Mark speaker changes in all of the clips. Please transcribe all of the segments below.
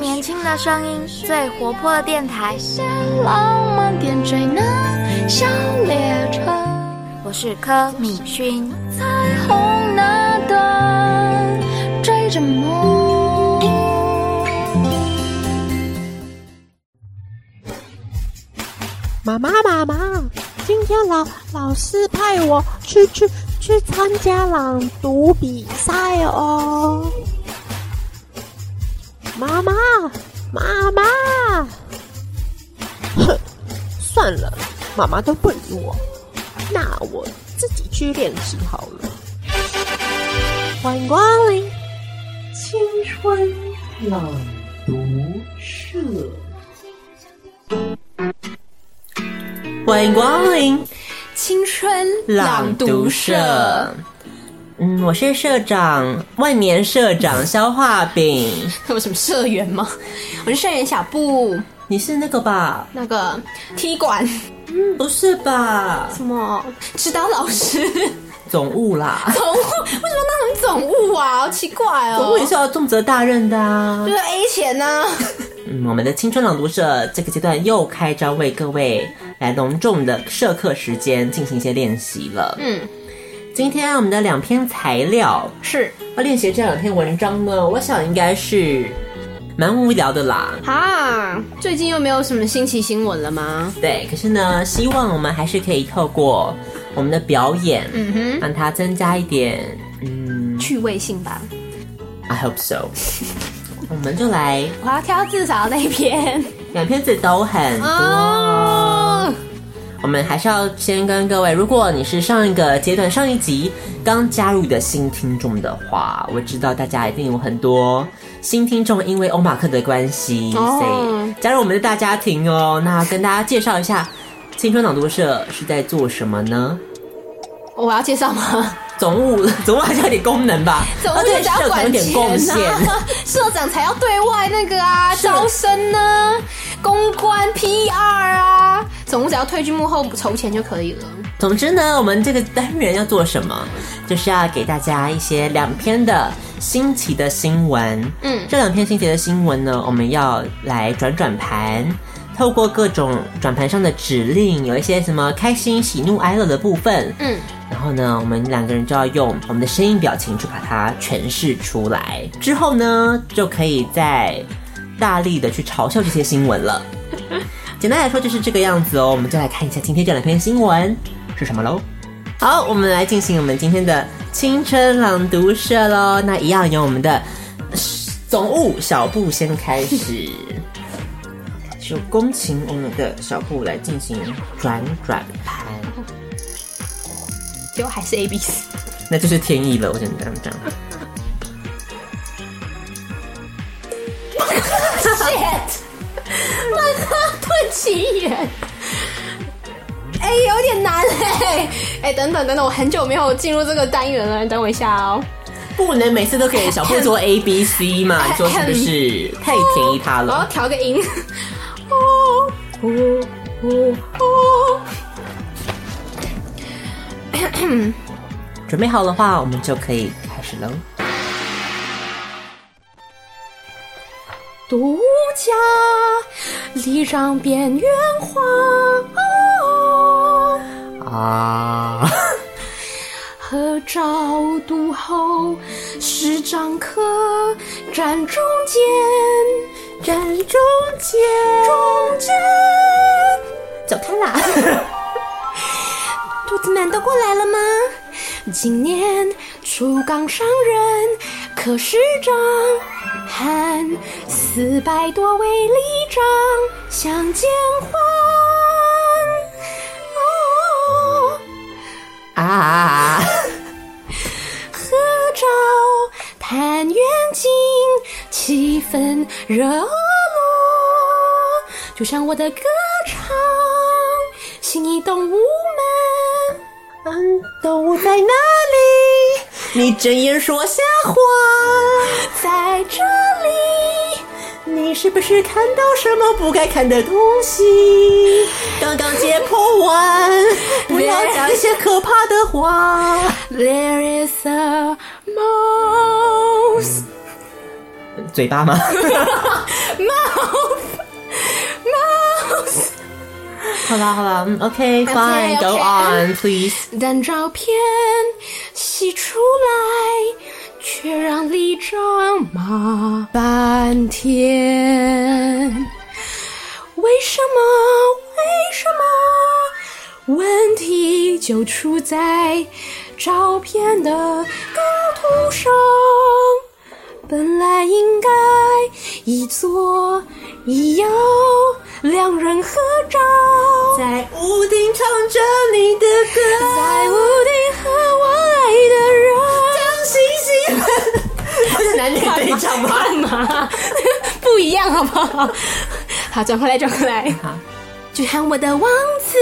Speaker 1: 年轻的声音，最活泼的电台。
Speaker 2: 浪漫点缀那小列车，
Speaker 1: 我是柯敏勋，
Speaker 2: 彩虹那段追着梦。
Speaker 3: 妈妈，妈妈，今天老老师派我去去去参加朗读比赛哦。妈妈，妈妈，哼，算了，妈妈都不理我，那我自己去练习好了。欢迎光临，
Speaker 4: 青春朗读社，
Speaker 5: 欢迎光临
Speaker 2: 青春
Speaker 5: 朗读社。嗯，我是社长，万年社长消化饼。
Speaker 2: 有什么社员吗？我是社员小布，
Speaker 5: 你是那个吧？
Speaker 2: 那个踢馆
Speaker 5: 嗯不是吧？
Speaker 2: 什么指导老师，
Speaker 5: 总务啦，
Speaker 2: 总务为什么那种总务啊？好奇怪哦，
Speaker 5: 总务也是要重责大任的啊
Speaker 2: 就。是 A 钱呢、
Speaker 5: 嗯，我们的青春朗读社这个阶段又开招为各位来隆重的社课时间进行一些练习了。
Speaker 2: 嗯，
Speaker 5: 今天啊我们的两篇材料
Speaker 2: 是
Speaker 5: 要练习这两篇文章呢，我想应该是蛮无聊的啦。
Speaker 2: 啊，最近又没有什么新奇新闻了吗？
Speaker 5: 对，可是呢，希望我们还是可以透过我们的表演，
Speaker 2: 嗯哼，
Speaker 5: 让它增加一点。嗯
Speaker 2: 趣味性吧。
Speaker 5: ，I hope so。我们就来
Speaker 2: 我要挑至少那一篇
Speaker 5: 两篇字都很多，
Speaker 2: 哦，
Speaker 5: 我们还是要先跟各位，如果你是上一个阶段上一集刚加入的新听众的话，我知道大家一定有很多新听众，因为欧马克的关系，
Speaker 2: 哦
Speaker 5: 所以加入我们的大家庭哦。那跟大家介绍一下，青春朗读社是在做什么呢？
Speaker 2: 我要介绍吗？
Speaker 5: 总务总务还是有点功能吧，
Speaker 2: 总
Speaker 5: 要啊
Speaker 2: 务
Speaker 5: 对
Speaker 2: 员
Speaker 5: 社
Speaker 2: 才要
Speaker 5: 团有
Speaker 2: 管
Speaker 5: 点贡
Speaker 2: 钱
Speaker 5: 献。
Speaker 2: 啊，社长才要对外那个啊，
Speaker 5: 是
Speaker 2: 招生呢、公关 PR 啊，总务只要退居幕后筹钱就可以了。
Speaker 5: 总之呢，我们这个单元要做什么，就是要给大家一些两篇的新奇的新闻。
Speaker 2: 嗯
Speaker 5: 这两篇新奇的新闻呢，我们要来转转盘，透过各种转盘上的指令，有一些什么开心、喜怒哀乐的部分。
Speaker 2: 嗯，
Speaker 5: 然后呢，我们两个人就要用我们的声音、表情去把它诠释出来。之后呢，就可以再大力的去嘲笑这些新闻了。简单来说就是这个样子哦。我们就来看一下今天这两篇新闻是什么喽。好，我们来进行我们今天的青春朗读社喽。那一样由我们的呃总务小布先开 始，就恭请我们的小布来进行转转盘，
Speaker 2: 结果还是 A B C。
Speaker 5: 那就是天意了。我只能这样讲。
Speaker 2: Shit！麦克顿奇缘。哎、有点难哎、哎、等等等等，我很久没有进入这个单元了，你等我一下哦。
Speaker 5: 不能每次都给小布做 A B C 嘛？你说是不是？太便宜他
Speaker 2: 我要
Speaker 5: 了。
Speaker 2: 调个音。哦哦哦哦！
Speaker 5: 准备好的话，我们就可以开始喽。
Speaker 2: 独家立张边缘花，哦
Speaker 5: 啊，
Speaker 2: 合照读后十张课站中间，站中间，中间。
Speaker 5: 走开啦！
Speaker 2: 兔子们都过来了吗？今年初港上任，可市长和四百多位里长相见欢。哦，
Speaker 5: 啊，
Speaker 2: 合照谈远近，气氛热络，就像我的歌唱，心仪动物们。
Speaker 5: 嗯，动物在哪里？你睁眼说瞎话，
Speaker 2: 在这里，
Speaker 5: 你是不是看到什么不该看的东西？刚刚解剖完，不要讲一些可怕的话。
Speaker 2: There is a mouse。
Speaker 5: 嘴巴 吗？好啦好啦嗯，OK fine go
Speaker 2: OK
Speaker 5: on please。
Speaker 2: 但照片洗出来，却让里长骂半天。为什么？为什么？问题就出在照片的构图上。本来应该一左一右，两人合照。
Speaker 5: 在屋顶唱着你的歌，
Speaker 2: 在屋顶和我爱的人，张星星，
Speaker 5: 不是男女对唱吗？
Speaker 2: 干嘛？ 不一样好不好？好，转回来，转回来。
Speaker 5: 好，
Speaker 2: 就喊我的王子，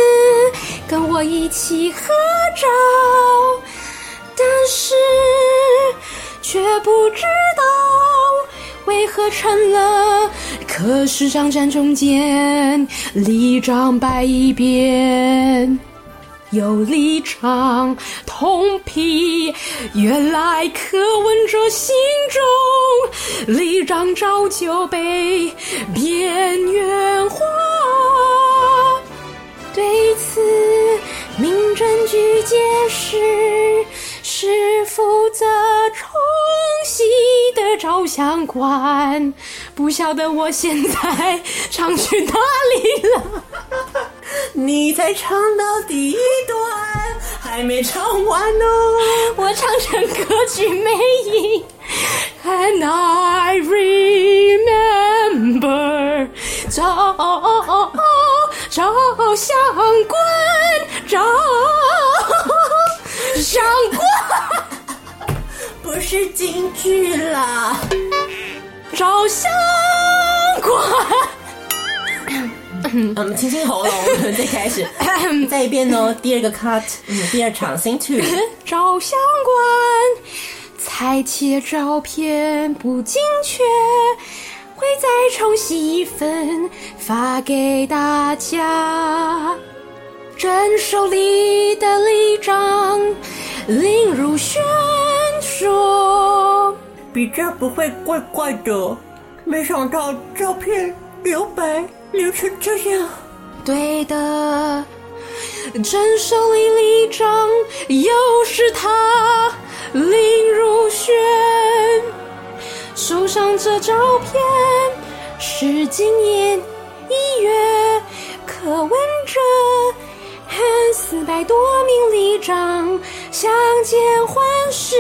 Speaker 2: 跟我一起合照，但是却不知道为何成了可是上站中间，里长摆一边。有立场，同批。原来柯文哲心中立场早就被边缘化。对此，民政局解释是负责冲洗的照相馆，不晓得我现在 常去哪里了。
Speaker 5: 你才唱到第一段，还没唱完哦。
Speaker 2: 我唱成歌曲魅影。And I remember，照照相馆，照相馆，
Speaker 5: 不是京剧啦。
Speaker 2: 照相馆。
Speaker 5: 嗯，清清喉 咙，我们再开始，再一遍哦。第二个 cut，嗯，第二场新曲。
Speaker 2: 照相馆，裁切照片不精确，会再重洗一份发给大家。镇守里的里长林如轩说。
Speaker 5: 比这不会怪怪的，没想到照片留白留成这样。
Speaker 2: 对的，镇守里里长又是他林如轩，手上这照片是今年一月柯文哲和四百多名里长相见欢时，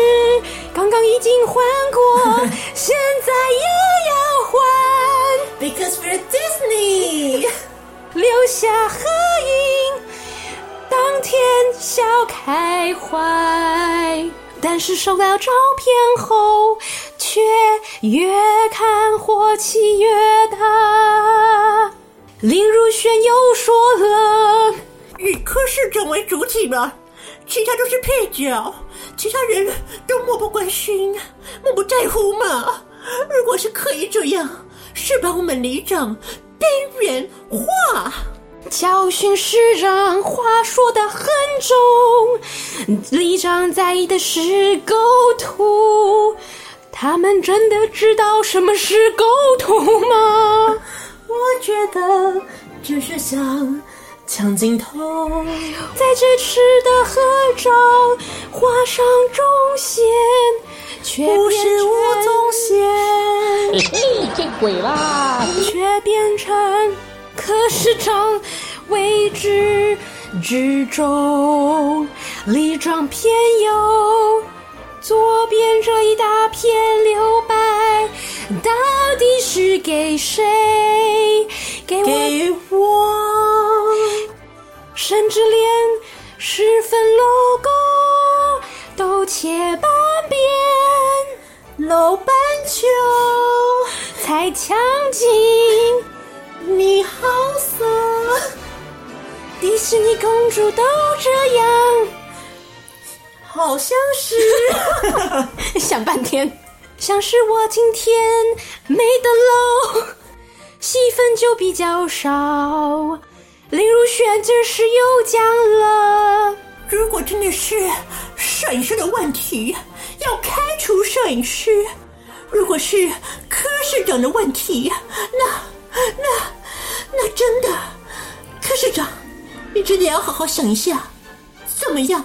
Speaker 2: 刚刚已经还过，现在又要还。
Speaker 5: Because we're Disney。
Speaker 2: 留下合影，当天笑开怀。但是收到照片后，却越看火气越大。林如轩又说了。
Speaker 5: 以柯市长为主体吧，其他都是配角，其他人都漠不关心、漠不在乎嘛。如果是刻意这样，是把我们里长边缘化。
Speaker 2: 教训市长话说得很重，里长在意的是构图，他们真的知道什么是构图吗？
Speaker 5: 我觉得只是想抢镜头。
Speaker 2: 在这次的合照画上中线，却
Speaker 5: 不
Speaker 2: 变
Speaker 5: 是
Speaker 2: 成
Speaker 5: 吴宗宪。
Speaker 2: 却变成可市长为之之中，里长偏右，左边这一大片留白，到底是给谁？给我
Speaker 5: 给我
Speaker 2: 甚至连十分 logo 都切半边，
Speaker 5: 楼半球，
Speaker 2: 才强劲。
Speaker 5: 你好色，
Speaker 2: 迪士尼公主都这样，
Speaker 5: 好像是
Speaker 2: 想半天，像是我今天没得喽，戏份就比较少。林如萱这是又讲了。
Speaker 5: 如果真的是摄影师的问题，要开除摄影师；如果是柯
Speaker 6: 市长的问题，那那那真的，柯市长，你真的要好好想一下，怎么样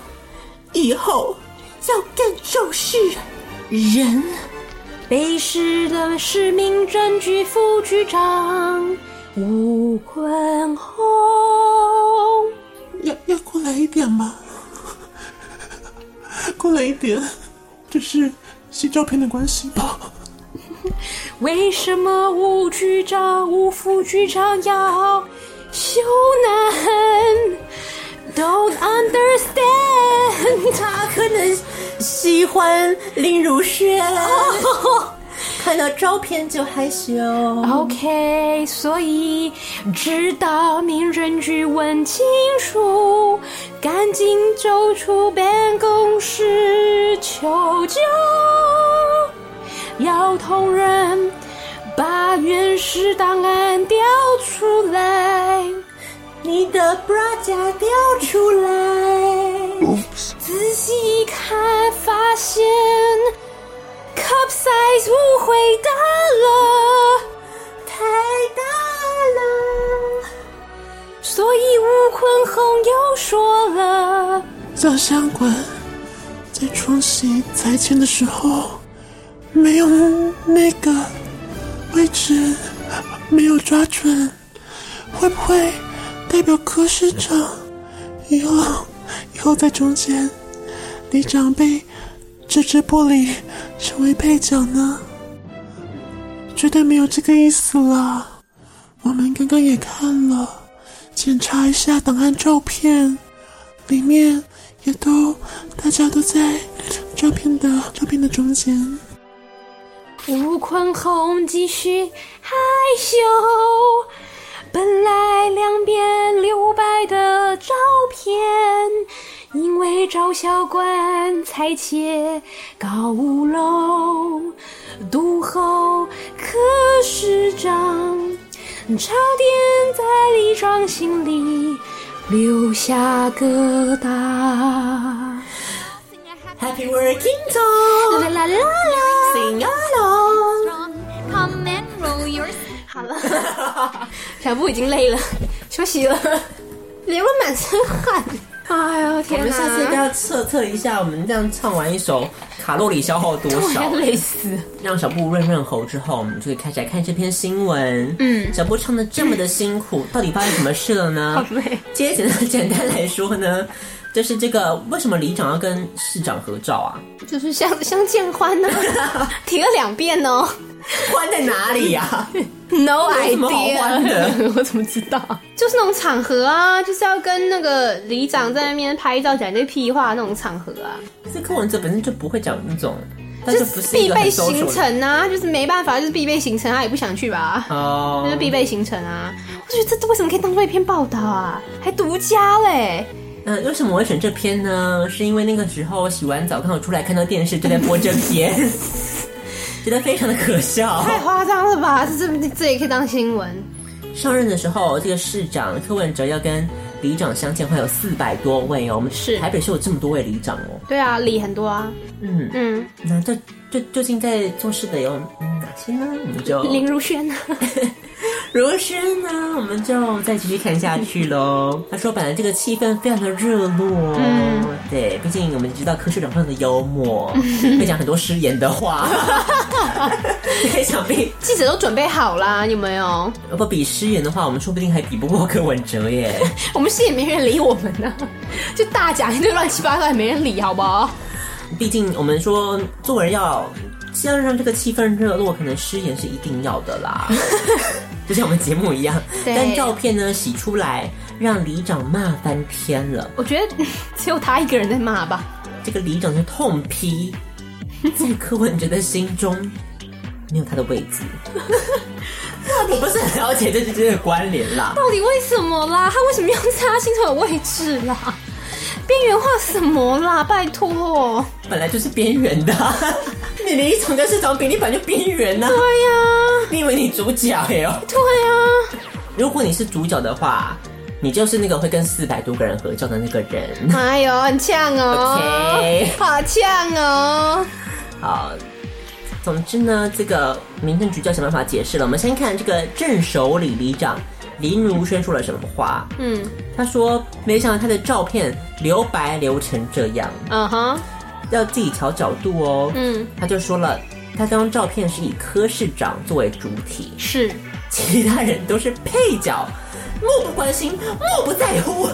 Speaker 6: 以后要更重视人。
Speaker 2: 北市的市民政局副局长吴坤宏。
Speaker 4: 要要过来一点吧，过来一点，这是洗照片的关系吧？
Speaker 2: 为什么吴局长、吴副局长要羞难？Don't understand，
Speaker 6: 他可能喜欢林如轩，看到照片就害羞。
Speaker 2: 哦 OK，所以知道名人去问清楚，赶紧走出办公室求救，要同仁把原始档案调出来，
Speaker 6: 你的 bra 夹掉出来，
Speaker 2: 仔细一看发现 cup size 误会大了，
Speaker 6: 太大了。
Speaker 2: 所以吴坤宏又说了。
Speaker 4: 照相馆在冲洗裁剪的时候，没有那个位置没有抓准，会不会代表柯市长以后以后在中间里长被这只玻璃成为配角呢？绝对没有这个意思啦！我们刚刚也看了，检查一下档案照片。里面也都大家都在照片的照片的中间。
Speaker 2: 吴坤宏继续害羞。本来两边留白的照片，因为照相馆裁切高屋漏，读后科市长差点在李长心里留下疙瘩。
Speaker 6: Happy working talk，
Speaker 2: 啦啦啦啦！
Speaker 6: sing along。
Speaker 1: Come and roll your
Speaker 2: 好了， 小布已经累了，休息了，流了满身汗。哎呦
Speaker 5: 我
Speaker 2: 天
Speaker 5: 们
Speaker 2: 哪！
Speaker 5: 下次一定要测测一下，我们这样唱完一首卡路里消耗多
Speaker 2: 我
Speaker 5: 少
Speaker 2: 要？累死。
Speaker 5: 让小布润润喉之后，我们就可以开始来看这篇新闻。嗯，小布唱的这么的辛苦，到底发生什么事了呢？
Speaker 2: 好累
Speaker 5: 接简单简单来说呢，就是这个为什么里长要跟市长合照啊？
Speaker 2: 就是相相见欢呢、 停了两遍哦。
Speaker 5: 欢在哪里呀、
Speaker 2: No
Speaker 5: 有什么好欢
Speaker 2: idea，
Speaker 5: 的
Speaker 2: 我怎么知道？就是那种场合啊，就是要跟那个里长在那边拍照讲一堆屁话那种场合啊，
Speaker 5: 这柯文哲本身就不会讲那种，他
Speaker 2: 就
Speaker 5: 就不是一
Speaker 2: 必
Speaker 5: 个
Speaker 2: 备
Speaker 5: 很 social
Speaker 2: 行
Speaker 5: 的
Speaker 2: 程啊，就是没办法，就是必备行程，他也不想去吧。
Speaker 5: 哦，
Speaker 2: 那是必备行程啊！我觉得这为什么可以当做一篇报道啊？还独家嘞！
Speaker 5: 嗯，为什么我会选这篇呢？是因为那个时候洗完澡刚好出来，看到电视就在播这篇， 觉得非常的可笑。
Speaker 2: 太夸张了吧？这这这也可以当新闻？
Speaker 5: 上任的时候，这个市长柯文哲要跟里长相见，会有四百多位哦。我们
Speaker 2: 是
Speaker 5: 台北市有这么多位里长哦。
Speaker 2: 对啊，理很多啊。
Speaker 5: 嗯，
Speaker 2: 嗯，
Speaker 5: 那这这究竟在做事的有嗯哪些呢？我们就
Speaker 2: 林如萱呢？啊
Speaker 5: 如是呢，我们就再继续看下去喽。他说，本来这个气氛非常的热络，嗯，对，毕竟我们知道柯市长非常的幽默，会讲很多失言的话，所以想必
Speaker 2: 记者都准备好啦，有没有？
Speaker 5: 如果比失言的话，我们说不定还比不过柯文哲耶。
Speaker 2: 我们是也没人理我们呢、就大讲一堆乱七八糟，也没人理，好不好？
Speaker 5: 毕竟我们说做人要要让这个气氛热络，可能失言是一定要的啦，就像我们节目一样。
Speaker 2: 对
Speaker 5: 但照片呢洗出来，让里长骂翻天了。
Speaker 2: 我觉得只有他一个人在骂吧。
Speaker 5: 这个里长就痛批，在柯文哲的心中没有他的位置。我不是很了解这之间的关联啦。
Speaker 2: 到底为什么啦？他为什么要在他心中有位置啦？边缘化什么啦？拜托！
Speaker 5: 本来就是边缘的、啊，你离总跟市长比，你本来就边缘呐、啊
Speaker 2: 对啊呀、
Speaker 5: 你以为你主角哎呦？
Speaker 2: 对呀、
Speaker 5: 如果你是主角的话，你就是那个会跟四百多个人合照的那个人。
Speaker 2: 哎呦，很呛哦
Speaker 5: OK
Speaker 2: 好呛哦！
Speaker 5: 好，总之呢，这个民政局就要想办法解释了。我们先看这个镇守里里长林如轩说了什么话。
Speaker 2: 嗯
Speaker 5: 他说：“没想到他的照片留白留成这样，
Speaker 2: 嗯哼，
Speaker 5: 要自己调角度哦。”
Speaker 2: 嗯，
Speaker 5: 他就说了，他这张照片是以柯市长作为主体，
Speaker 2: 是
Speaker 5: 其他人都是配角，漠不关心，漠不在乎。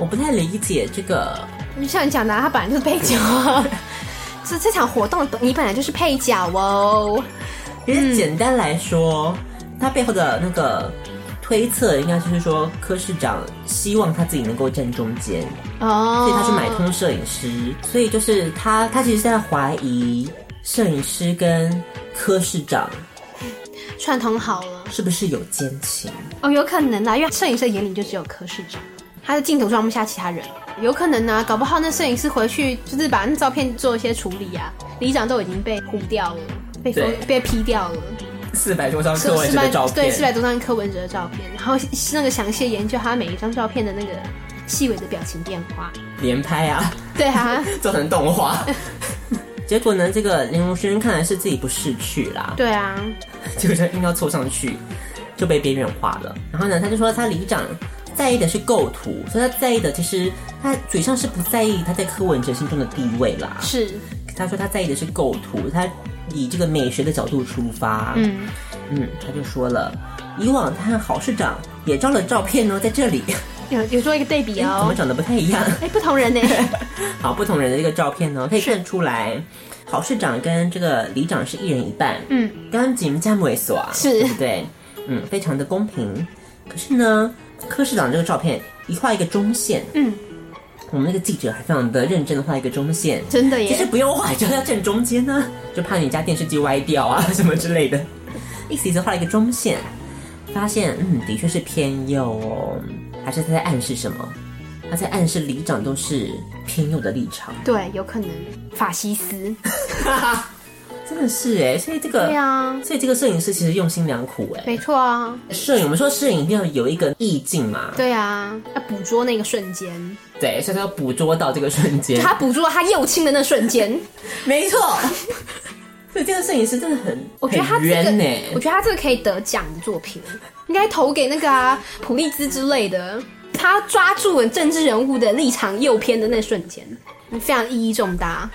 Speaker 5: 我不太理解这个，
Speaker 2: 你像你讲的啊，他本来就是配角 啊。这这场活动，你本来就是配角哦。
Speaker 5: 其实简单来说，他背后的那个推测应该就是说，柯市长希望他自己能够站中间，
Speaker 2: 哦，
Speaker 5: 所以他去买通摄影师，所以就是他，他其实是在怀疑摄影师跟柯市长
Speaker 2: 串通好了。
Speaker 5: 是不是有奸情。
Speaker 2: 哦，有可能啦，因为摄影师的眼里就只有柯市长，他的镜头装不下其他人。有可能啊，搞不好那摄影师回去就是把那照片做一些处理啊，里长都已经被糊掉了，被封
Speaker 5: 对
Speaker 2: 被批掉了。
Speaker 5: 四百多张
Speaker 2: 是
Speaker 5: 柯文哲的照
Speaker 2: 对
Speaker 5: 片，
Speaker 2: 四百多张柯文哲的照片，然后是那个详细地研究他每一张照片的那个细微的表情变化。
Speaker 5: 连拍啊，
Speaker 2: 对啊，
Speaker 5: 做成动画。 结果呢，这个林如轩看来是自己不识趣啦，
Speaker 2: 对啊，
Speaker 5: 就是硬要凑上去，就被边缘化了。然后呢，他就说他里长在意的是构图，所以他在意的其实他嘴上是不在意他在柯文哲心中的地位啦。
Speaker 2: 是，
Speaker 5: 他说他在意的是构图，他以这个美学的角度出发。
Speaker 2: 嗯，
Speaker 5: 嗯，他就说了，以往他和郝市长也照了照片哦，在这 里、
Speaker 2: 有有做一个对比
Speaker 5: 怎
Speaker 2: 哦
Speaker 5: 么。长得不太 一样？
Speaker 2: 哎，不同人呢？
Speaker 5: 好，不同人的这个照片呢，可以看出来，郝市长跟这个里长是一人一半，
Speaker 2: 嗯，
Speaker 5: 干净加猥琐啊，
Speaker 2: 是
Speaker 5: 对不对？嗯，非常的公平。可是呢，柯市长这个照片一画一个中线，
Speaker 2: 嗯，
Speaker 5: 我们那个记者还非常的认真的画一个中线，
Speaker 2: 真的
Speaker 5: 其实
Speaker 2: 耶，
Speaker 5: 不用画，只要正中间呢、啊就怕你家电视机歪掉啊 什么之类的。一思一思画了一个中线，发现嗯，的确是偏右哦，还是他在暗示什么？他在暗示里长都是偏右的立场，
Speaker 2: 对，有可能法西斯。
Speaker 5: 真的是哎，所以这个
Speaker 2: 对啊
Speaker 5: 所以这个摄影师其实用心良苦哎。
Speaker 2: 没错啊，
Speaker 5: 摄影，我们说摄影一定要有一个意境嘛，
Speaker 2: 对啊，要捕捉那个瞬间，
Speaker 5: 对，所以他要捕捉到这个瞬间
Speaker 2: 就，他捕捉了他右倾的那瞬间。
Speaker 5: 没错。所以这个摄影师真的很，
Speaker 2: 我觉得他
Speaker 5: 很欸
Speaker 2: 这个
Speaker 5: 冤呢、，
Speaker 2: 我觉得他这个可以得奖的作品，应该投给那个啊普利兹之类的。他抓住了政治人物的立场右偏的那瞬间，非常意义重大。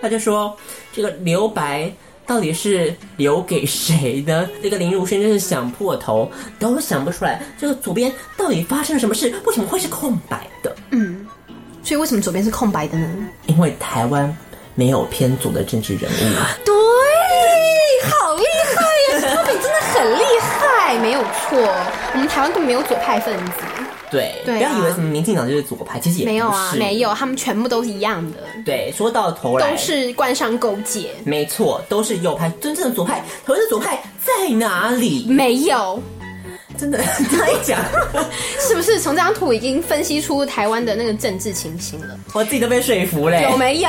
Speaker 5: 他就说这个留白到底是留给谁的？这个林如轩真是想破头，都想不出来这个左边到底发生了什么事，为什么会是空白的？
Speaker 2: 所以为什么左边是空白的呢？
Speaker 5: 因为台湾没有偏左的政治人物啊。
Speaker 2: 对，好厉害呀！作品真的很厉害，没有错。我们台湾根本没有左派分子，
Speaker 5: 对，
Speaker 2: 对啊
Speaker 5: 不要以为什么民进党就是左派，其实也不是
Speaker 2: 没有啊，没。有，他们全部都是一样的，
Speaker 5: 对，说到头来
Speaker 2: 都是官商勾结。
Speaker 5: 没错，都是右派。真正的左派，台湾的左派在哪里？
Speaker 2: 没有，
Speaker 5: 真 的在 讲，
Speaker 2: 是不是从这张图已经分析出台湾的那个政治情形了？
Speaker 5: 我自己都被说服嘞。
Speaker 2: 有没有？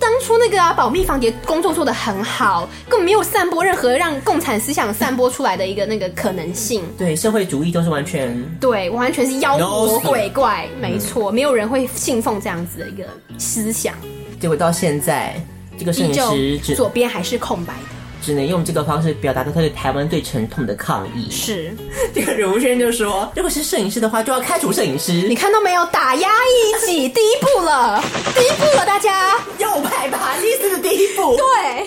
Speaker 2: 当初那个啊，保密防谍工作做得很好，根本没有散播任何让共产思想散播出来的一个那个可能性。
Speaker 5: 对，社会主义都是完全
Speaker 2: 对，完全是妖魔
Speaker 5: No 嗯 sir
Speaker 2: 鬼怪，没错，没有人会信奉这样子的一个思想，
Speaker 5: 结果到现在，这个摄
Speaker 2: 依
Speaker 5: 影师
Speaker 2: 旧
Speaker 5: 只
Speaker 2: 左边还是空白的，
Speaker 5: 只能用这个方式表达他对台湾最沉痛的抗议。
Speaker 2: 是
Speaker 5: 这个如轩就说，如果是摄影师的话，就要开除摄影
Speaker 2: 你
Speaker 5: 师，
Speaker 2: 看到没有？打压异己，第一步了，第一步了，大 家，
Speaker 5: 右派法西斯的第一步。
Speaker 2: 对，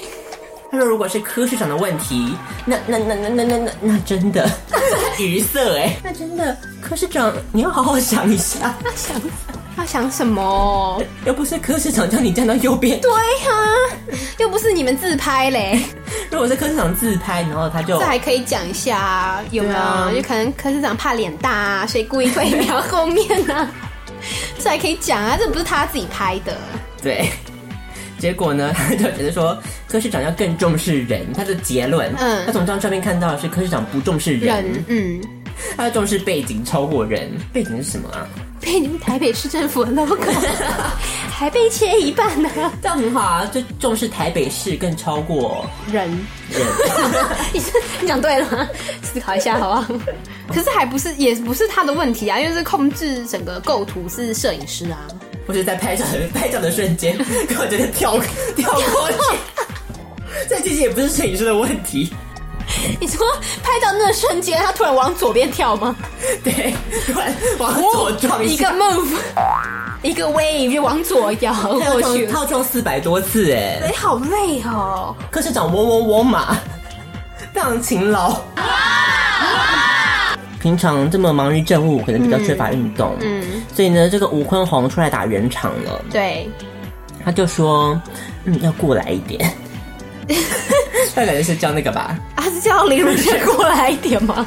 Speaker 5: 他说，如果是柯市长的问题，那那那那那那那那真 的语塞哎、那真的柯市长，你要好好想一下，
Speaker 2: 想要想什么？
Speaker 5: 又哦不是柯市长叫你站到右边，
Speaker 2: 对呀、又不是你们自拍嘞。
Speaker 5: 如果是柯市长自拍，然后他就
Speaker 2: 这还可以讲一下啊，有没有？
Speaker 5: 对啊
Speaker 2: 就可能柯市长怕脸大啊，所以故意推瞄后面啊。 这还可以讲啊，这不是他自己拍的，
Speaker 5: 对。 结果呢， 他就觉得说柯市长要更重视人，他的结论，
Speaker 2: 嗯
Speaker 5: 他从这张照片看到的是柯市长不重视人，
Speaker 2: 人嗯，
Speaker 5: 他重视背景超过人，背景是什么啊？
Speaker 2: 被你们台北市政府的 logo 还被切一半呢、
Speaker 5: 这样很好啊，就重视台北市更超过
Speaker 2: 人，
Speaker 5: 人，
Speaker 2: 你是你讲对了，啊思考一下好不好？可是还不是也不是他的问题啊，因为是控制整个构图是摄影师啊，
Speaker 5: 或者在拍照的拍照的瞬间， 跟我觉得跳跳过去。 这其实也不是摄影师的问题，
Speaker 2: 你说拍到那瞬间，他突然往左边跳吗？
Speaker 5: 对，突然往 左撞
Speaker 2: 哦一个
Speaker 5: 下
Speaker 2: move，一 个 wave 就往左摇
Speaker 5: 他要
Speaker 2: 过去
Speaker 5: 撞，他要撞四百多次哎，
Speaker 2: 哎，好累哦。
Speaker 5: 柯市长嗡嗡嗡 嘛，非常勤劳。平常这么忙于政务，可能比较缺乏运动，嗯，所以呢，这个吴坤宏出来打圆场了，
Speaker 2: 对，
Speaker 5: 他就说，嗯，要过来一 点。他感觉是叫那个吧，
Speaker 2: 啊，是叫林如轩过来一点吗？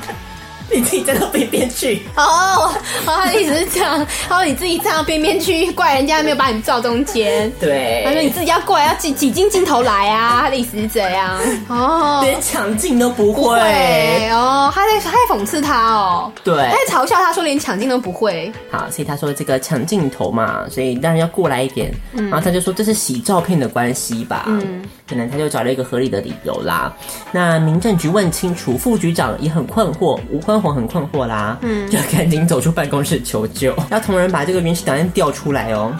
Speaker 5: 你自己站到边边去。
Speaker 2: 哦，哦，他的意思是这样，然后你自己站到边边去，怪人家没有把你照中间。 他说你
Speaker 5: 对，
Speaker 2: 自己要过来，要挤挤进镜头来啊！他的意思是这 样哦，
Speaker 5: 连抢镜都不会。哎
Speaker 2: 对哦，他在他在讽刺他哦，
Speaker 5: 对
Speaker 2: 他在嘲笑他说连抢镜都不会，
Speaker 5: 好，所以他说这个抢镜头嘛，所以当然要过来一点。然后他就说这是洗照片的关系吧，嗯，可能他就找了一个合理的理由啦。那民政局问清楚，副局长也很困惑，吴坤宏很困惑啦，嗯，就赶紧走出办公室求救， 要同仁把这个原始档案调出来哦。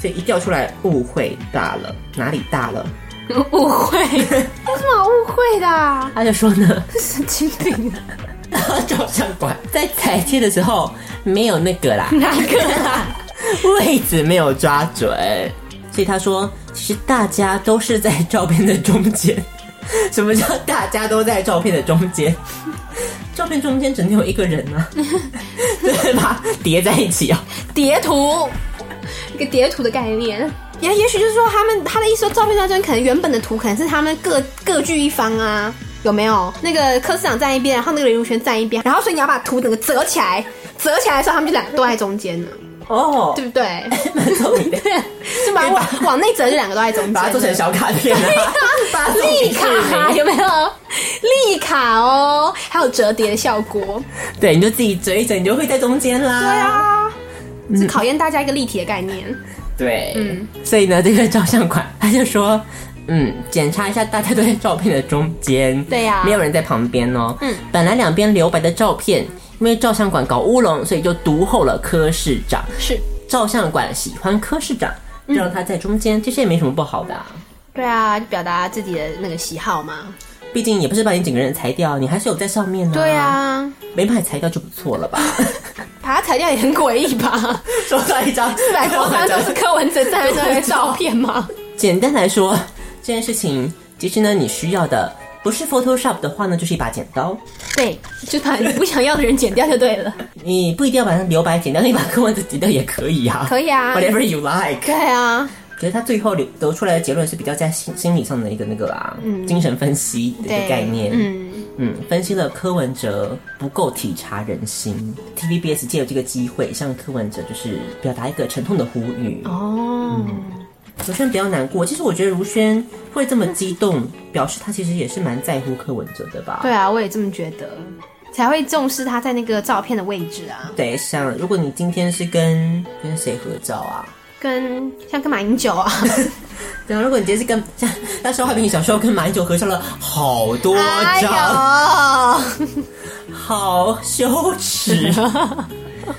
Speaker 5: 所以一调出来，误会大了，哪里大了？
Speaker 2: 误 会，有什么好误会的啊？
Speaker 5: 他就说呢，
Speaker 2: 神经病，
Speaker 5: 照相馆啊在裁切的时候没有那个啦，
Speaker 2: 哪个啊？
Speaker 5: 位置没有抓准，所以他说，其实大家都是在照片的中间。 什么叫大家都在照片的中间？照片中间只能有一个人 啊，对吧？叠在一起啊、
Speaker 2: 叠图，一个叠图的概念。也也许就是说，他们他的意思说，照片上真可能原本的图可能是他们各各据一方啊，有没有？那个柯市长站一边，然后那个林如轩站一边，然后所以你要把图整个折起来，折起来的时候，他们就两个都在中间呢，
Speaker 5: 哦，
Speaker 2: 对不对？
Speaker 5: 蛮聪明的，
Speaker 2: 就把往往内折，就两个都在中间，
Speaker 5: 把它做成小卡片 啊，把它做成
Speaker 2: 立卡，有没有？立卡哦，还有折叠的效果。
Speaker 5: 对，你就自己折一折，你就会在中间啦。
Speaker 2: 对，啊，是考验大家一个立体的概念。
Speaker 5: 对，
Speaker 2: 嗯
Speaker 5: 所以呢，这个照相馆他就说，嗯，检查一下大家都在照片的中间，
Speaker 2: 对呀
Speaker 5: 没有人在旁边哦，
Speaker 2: 嗯
Speaker 5: 本来两边留白的照片，因为照相馆搞乌龙，所以就独厚了柯市长。
Speaker 2: 是，
Speaker 5: 照相馆喜欢柯市长，让他在中间，其实也没什么不好的、啊。
Speaker 2: 对啊，就表达自己的那个喜好嘛。
Speaker 5: 毕竟也不是把你整个人裁掉，你还是有在上面呢、
Speaker 2: 对，啊，
Speaker 5: 没把你裁掉就不错了吧？
Speaker 2: 把它裁掉也很诡异吧？
Speaker 5: 收到一张四
Speaker 2: 四百多张都是柯文哲站在那的照片吗？
Speaker 5: 简单来说， 这件事情其实呢，你需要的不是 Photoshop 的话呢，就是一把剪刀。
Speaker 2: 对，就把你不想要的人剪掉就对了。
Speaker 5: 你不一定要把它留白剪掉，你把柯文哲剪掉也可以啊，
Speaker 2: 可以啊
Speaker 5: ，whatever you like。
Speaker 2: 对啊，
Speaker 5: 可是他最后留得出来的结论是比较在心心理上的一个那个啦，精神分析的一个
Speaker 2: 嗯对
Speaker 5: 概念，
Speaker 2: 嗯，
Speaker 5: 嗯分析了柯文哲不够体察人心，TVBS 借由这个机会向柯文哲就是表达一个沉痛的呼吁。
Speaker 2: 哦，
Speaker 5: 如轩不要难过，其实我觉得如轩会这么激动，表示他其实也是蛮在乎柯文哲的吧？
Speaker 2: 对啊，我也这么觉得，才会重视他在那个照片的位置啊，
Speaker 5: 对，像如果你今天是跟跟谁合照啊？
Speaker 2: 跟像跟马英九啊。
Speaker 5: 对啊，如果你今天是跟 像那时候，画饼小时候跟马英九合照了 好多张，
Speaker 2: 哎呦，
Speaker 5: 好羞耻。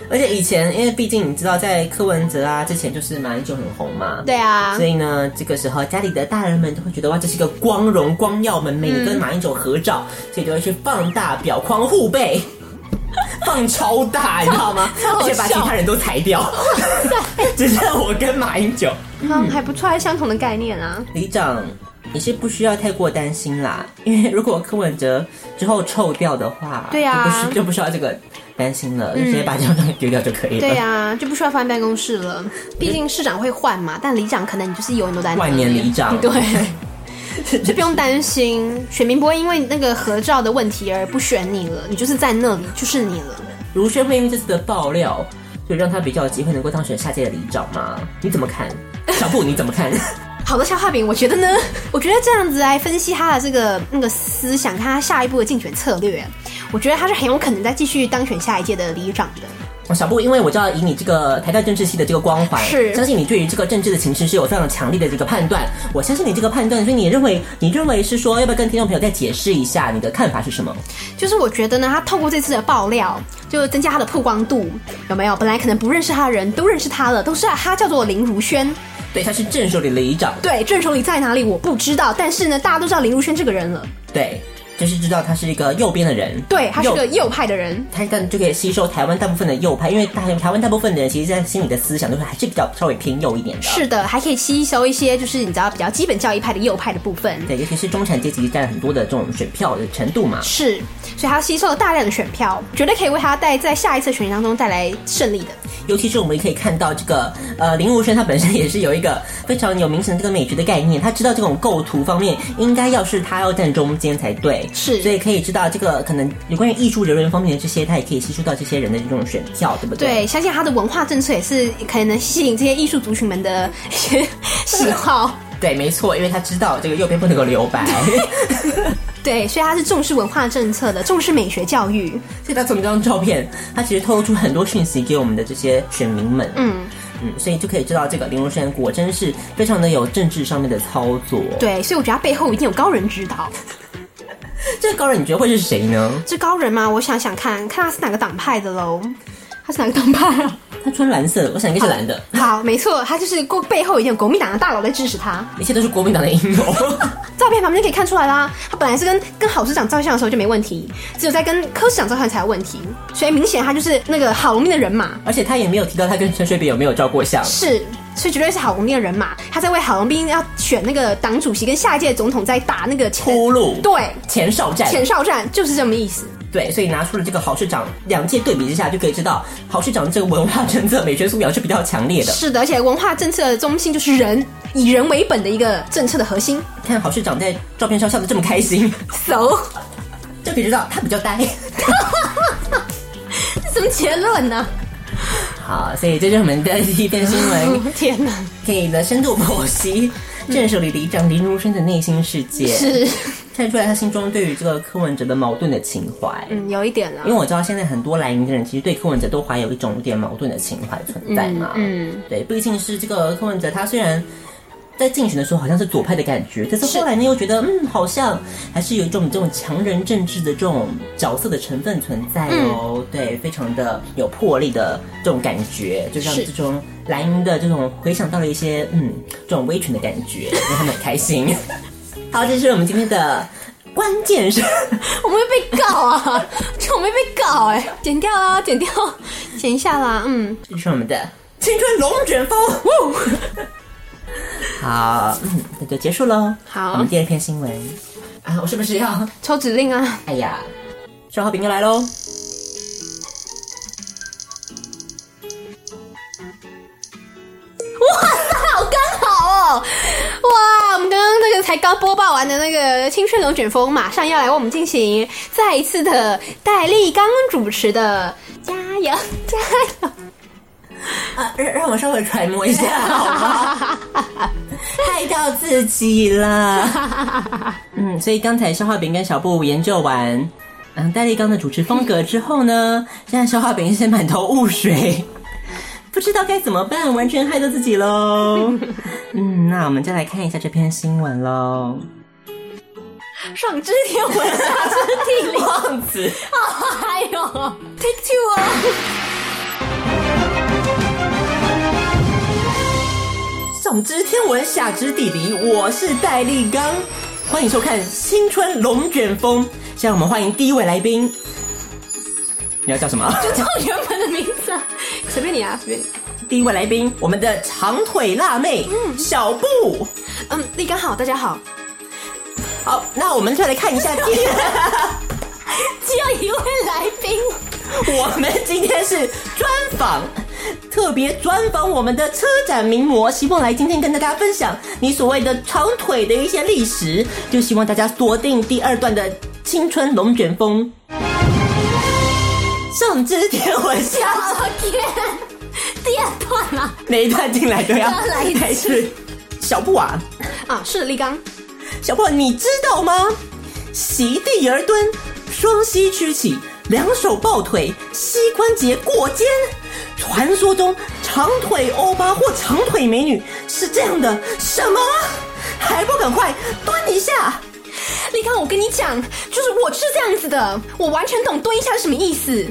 Speaker 5: 而且以前，因为毕竟你知道，在柯文哲啊之前，就是马英九很红嘛。
Speaker 2: 对。啊
Speaker 5: 所，以呢，这个时候家里的大人们都会觉得哇，这是一个光荣光耀门楣，你跟马英九合照，所以就会去放大表框护 背，放超大，你知道吗？
Speaker 2: 超好
Speaker 5: 而且把其
Speaker 2: 笑
Speaker 5: 他人都裁掉， 只剩我跟马英九。
Speaker 2: 嗯，还不错，还相同的概念啊。
Speaker 5: 里长，你是不需要太过担心啦，因为如果柯文哲之后臭掉的话，
Speaker 2: 对啊嗯
Speaker 5: 就不需就不需要这个担心了，就直接把这张照片丢掉就可以了。
Speaker 2: 对啊呀、就不需要翻办公室 了，毕竟市长会换嘛，但里长可能你就是永远都在那
Speaker 5: 万年里长
Speaker 2: 对，就不用担心，选民不会因为那个合照的问题而不选你了，你就是在那里，就是你了。
Speaker 5: 如轩会因为这次的爆料，就让他比较有机会能够当选下届的里长吗？你怎么 看？小布你怎么看？
Speaker 2: 好的，消化饼，我觉得呢， 我觉得这样子来分析他的这个那个思想，看他下一步的竞选策略，我觉得他是很有可能再继续当选下一届的里长的。
Speaker 5: 哦小布，因为我知道以你这个台大政治系的这个光环，
Speaker 2: 是
Speaker 5: 相信你对于这个政治的情势是有非常强烈的这个判断。我相信你这个判断，所以你认为你认为是说，要不要跟听众朋友再解释一下你的看法是什么？
Speaker 2: 就是我觉得呢，他透过这次的爆料，就增加他的曝光度，有没有？本来可能不认识他的人都认识他了，都知道他叫做林如轩。
Speaker 5: 对，他是郑守里的里长，
Speaker 2: 对，郑手里在哪里我不知道，但是呢，大家都知道林如轩这个人了。
Speaker 5: 对，就是知道他是一个右边的人，
Speaker 2: 对，他是
Speaker 5: 右
Speaker 2: 个右派的人，
Speaker 5: 他但就可以吸收台湾大部分的右派，因为大台湾大部分的人其实，在心里的思想都是还是比较稍微偏右一点的。
Speaker 2: 是的，还可以吸收一些就是你知道比较基本教义派的右派的部分。
Speaker 5: 对，尤其是中产阶级占很多的这种选票的程度嘛。
Speaker 2: 是，所以他吸收了大量的选票，绝对可以为他带在下一次选举当中带来胜利的。
Speaker 5: 尤其是我们可以看到这个呃林如轩他本身也是有一个非常有明显的这个美学的概念，他知道这种构图方面应该要是他要站中间才对，
Speaker 2: 是
Speaker 5: 所以可以知道这个可能有关于艺术人员方面的这些，他也可以吸收到这些人的这种选票，对不
Speaker 2: 对，相信他的文化政策也是可能吸引这些艺术族群们的 一些喜好。
Speaker 5: 对，没错，因为他知道这个右边不能够留 白，
Speaker 2: 对，所以他是重视文化政策的，重视美学教育。
Speaker 5: 所以他从这张照片，他其实透露出很多讯息给我们的这些选民们，
Speaker 2: 嗯，
Speaker 5: 嗯，所以就可以知道这个林如轩果真是非常的有政治上面的操作。，
Speaker 2: 对，所以我觉得他背后一定有高人指导。
Speaker 5: 这个高人你觉得会是谁呢？
Speaker 2: 这高人嘛，我想想看看他是哪个党派的喽？他是哪个党派啊？
Speaker 5: 他穿蓝色的，我想应该是蓝的，
Speaker 2: 好，没错，他就是国背后一定有国民党的大佬在支持他。
Speaker 5: 一切都是国民党的阴谋。
Speaker 2: 照片旁边就可以看出来啦，他本来是跟跟郝市长照相的时候就没问题，只有在跟柯市长照相才有问题，所以明显他就是那个郝龙斌的人马，
Speaker 5: 而且他也没有提到他跟陈水扁有没有照过相，
Speaker 2: 是，所以绝对是郝龙斌的人马，他在为郝龙斌要选那个党主席跟下一届总统在打那个前
Speaker 5: 铺路
Speaker 2: 对
Speaker 5: 前哨战，
Speaker 2: 前哨战，就是这么意思。
Speaker 5: 对，所以拿出了这个郝市长两届对比之下，就可以知道郝市长这个文化政策美学素养是比较强烈的。
Speaker 2: 是的，而且文化政策的中心就是人，以人为本的一个政策的核心。
Speaker 5: 看郝市长在照片上笑得这么开心，
Speaker 2: So，
Speaker 5: 就可以知道他比较呆。
Speaker 2: 这什么结论呢、
Speaker 5: 好，所以这就是我们的第一篇新闻。
Speaker 2: 哎天哪，
Speaker 5: 可以的深度剖析郑守里里长林如生的内心世界，
Speaker 2: 是，
Speaker 5: 看出来他心中对于这个柯文哲的矛盾的情怀。
Speaker 2: 嗯，有一点啦
Speaker 5: 因为。我知道现在很多来营的人其实对柯文哲都怀有一种有点矛盾的情怀存在嘛，
Speaker 2: 嗯
Speaker 5: 对，毕竟是这个柯文哲他虽然。在竞选的时候好像是左派的感觉，但是后来呢又觉得，嗯，好像还是有一种这种强人政治的这种角色的成分存在哦，
Speaker 2: 嗯
Speaker 5: 对，非常的有魄力的这种感觉，就让
Speaker 2: 是
Speaker 5: 这种莱茵的这种回想到了一些，嗯，这种威权的感觉，让他们很开心。 好，这是我们今天的关键是。
Speaker 2: 我们会被告啊！这我们会被告哎、剪掉啊，剪掉，剪一下啦。嗯，
Speaker 5: 这是我们的青春龙卷风。好，嗯，那就结束喽。
Speaker 2: 好
Speaker 5: 我们第二篇新闻啊，我是不是要？
Speaker 2: 抽指令啊，
Speaker 5: 哎呀，消耗饼又来喽。
Speaker 2: 好刚好哦！哇，我们刚刚那个才刚播报完的那个《青春龙卷风》，马上要来为我们进行再一次的戴立刚主持的加油加油！
Speaker 5: 啊，让让我稍微揣摩一下，好吗？害到自己了。嗯，所以刚才消化饼跟小布研究完，嗯，戴立刚的主持风格之后呢，现在消化饼是满头雾水， 不知道该怎么办，完全害到自己喽。嗯，那我们再来看一下这篇新闻喽。
Speaker 2: 上知天文，下知地 理，
Speaker 5: 胖子，
Speaker 2: 哎呦，Take two 啊！
Speaker 5: 上知天文，下知地理，我是戴立刚，欢迎收看《青春龙卷风》。现在我们欢迎第一位来宾，你要叫什么？
Speaker 2: 叫原本的名字啊，随便你啊，随便你。
Speaker 5: 第一位来宾，我们的长腿辣妹、小布。
Speaker 2: 嗯，立刚好，大家好。
Speaker 5: 好，那我们就来看一下今天，
Speaker 2: 只有一位来宾，
Speaker 5: 我们今天是专访，特别专访我们的车展名模，希望来今天跟大家分享你所谓的长腿的一些历史，就希望大家锁定第二段的青春龙卷风。上知天文下知
Speaker 2: 我天，第二段啊
Speaker 5: 每一段进来都 要
Speaker 2: 都要来一次
Speaker 5: 开始。小布啊，
Speaker 2: 啊，是立刚，
Speaker 5: 小朋友，你知道吗？席地而蹲，双膝屈起，两手抱腿，膝关节过肩。传说中长腿欧巴或长腿美女是这样的，什么？还不赶快蹲一下！
Speaker 2: 立康，我跟你讲，就是我是这样子的，我完全懂蹲一下是什么意思。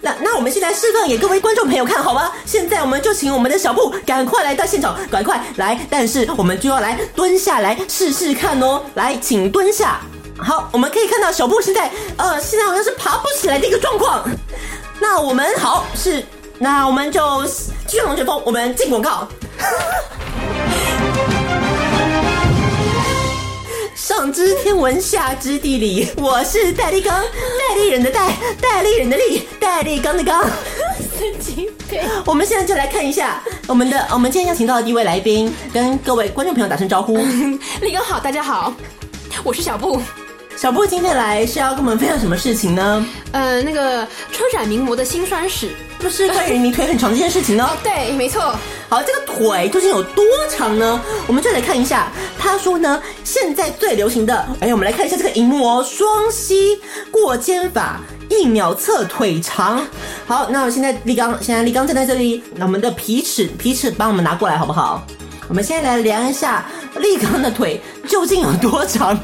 Speaker 5: 那那我们现在示范给各位观众朋友看好吗？现在我们就请我们的小布赶快来到现场，赶快来！但是我们就要来蹲下来试试看哦，来，请蹲下。好，我们可以看到小布现在呃，现在好像是爬不起来的一个状况。那我们好是，那我们就继续龙卷风，我们进广告。上知天文，下知地理，我是戴立刚，戴立人的戴，戴立人的立，戴立刚的刚。
Speaker 2: 神经病！
Speaker 5: 我们现在就来看一下我们的，我们今天邀请到的第一位来宾，跟各位观众朋友打声招呼。
Speaker 2: 立康好，大家好，我是小布。
Speaker 5: 小布今天来是要跟我们分享什么事情呢？
Speaker 2: 呃，那个车展名模的辛酸史。
Speaker 5: 不是关于你腿很长这件事情呢？
Speaker 2: 哦对，没错。
Speaker 5: 好，这个腿究竟有多长呢？我们就来看一下。他说呢，现在最流行的，哎，我们来看一下这个荧幕哦，双膝过肩法，一秒测腿长。好，那我现在立刚，现在立刚站在这里，那我们的皮尺，皮尺帮我们拿过来好不好？我们现在来量一下立刚的腿究竟有多长。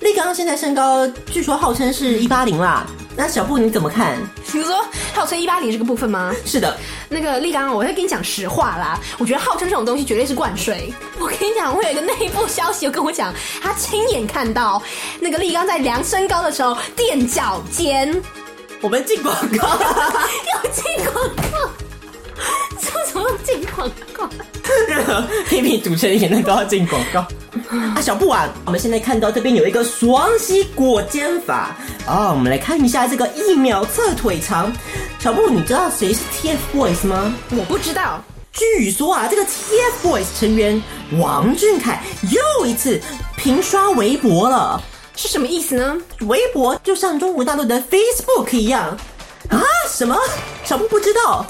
Speaker 5: 立刚现在身高据说号称是一八零啦，那小布你怎么看？
Speaker 2: 你说还有吹一八零这个部分吗？
Speaker 5: 是的，
Speaker 2: 那个立刚，我会跟你讲实话啦，我觉得号称这种东西绝对是灌水。 我跟你讲，我有一个内部消息，我跟我讲，他亲眼看到那个立刚在量身高的时候垫脚尖，
Speaker 5: 我们进广告。
Speaker 2: 有进广告，这怎么进广告？
Speaker 5: 任何批评主持人言论都要进广告。 啊，小布啊，我们现在看到这边有一个双膝过肩法啊、我们来看一下这个一秒测腿长。小布，你知道谁是 TFBOYS 吗？
Speaker 2: 我不知道，
Speaker 5: 据说啊，这个 TFBOYS 成员王俊凯又一次平刷微博了。
Speaker 2: 是什么意思呢？
Speaker 5: 微博就像中国大陆的 Facebook 一样啊？什么？小布不知道？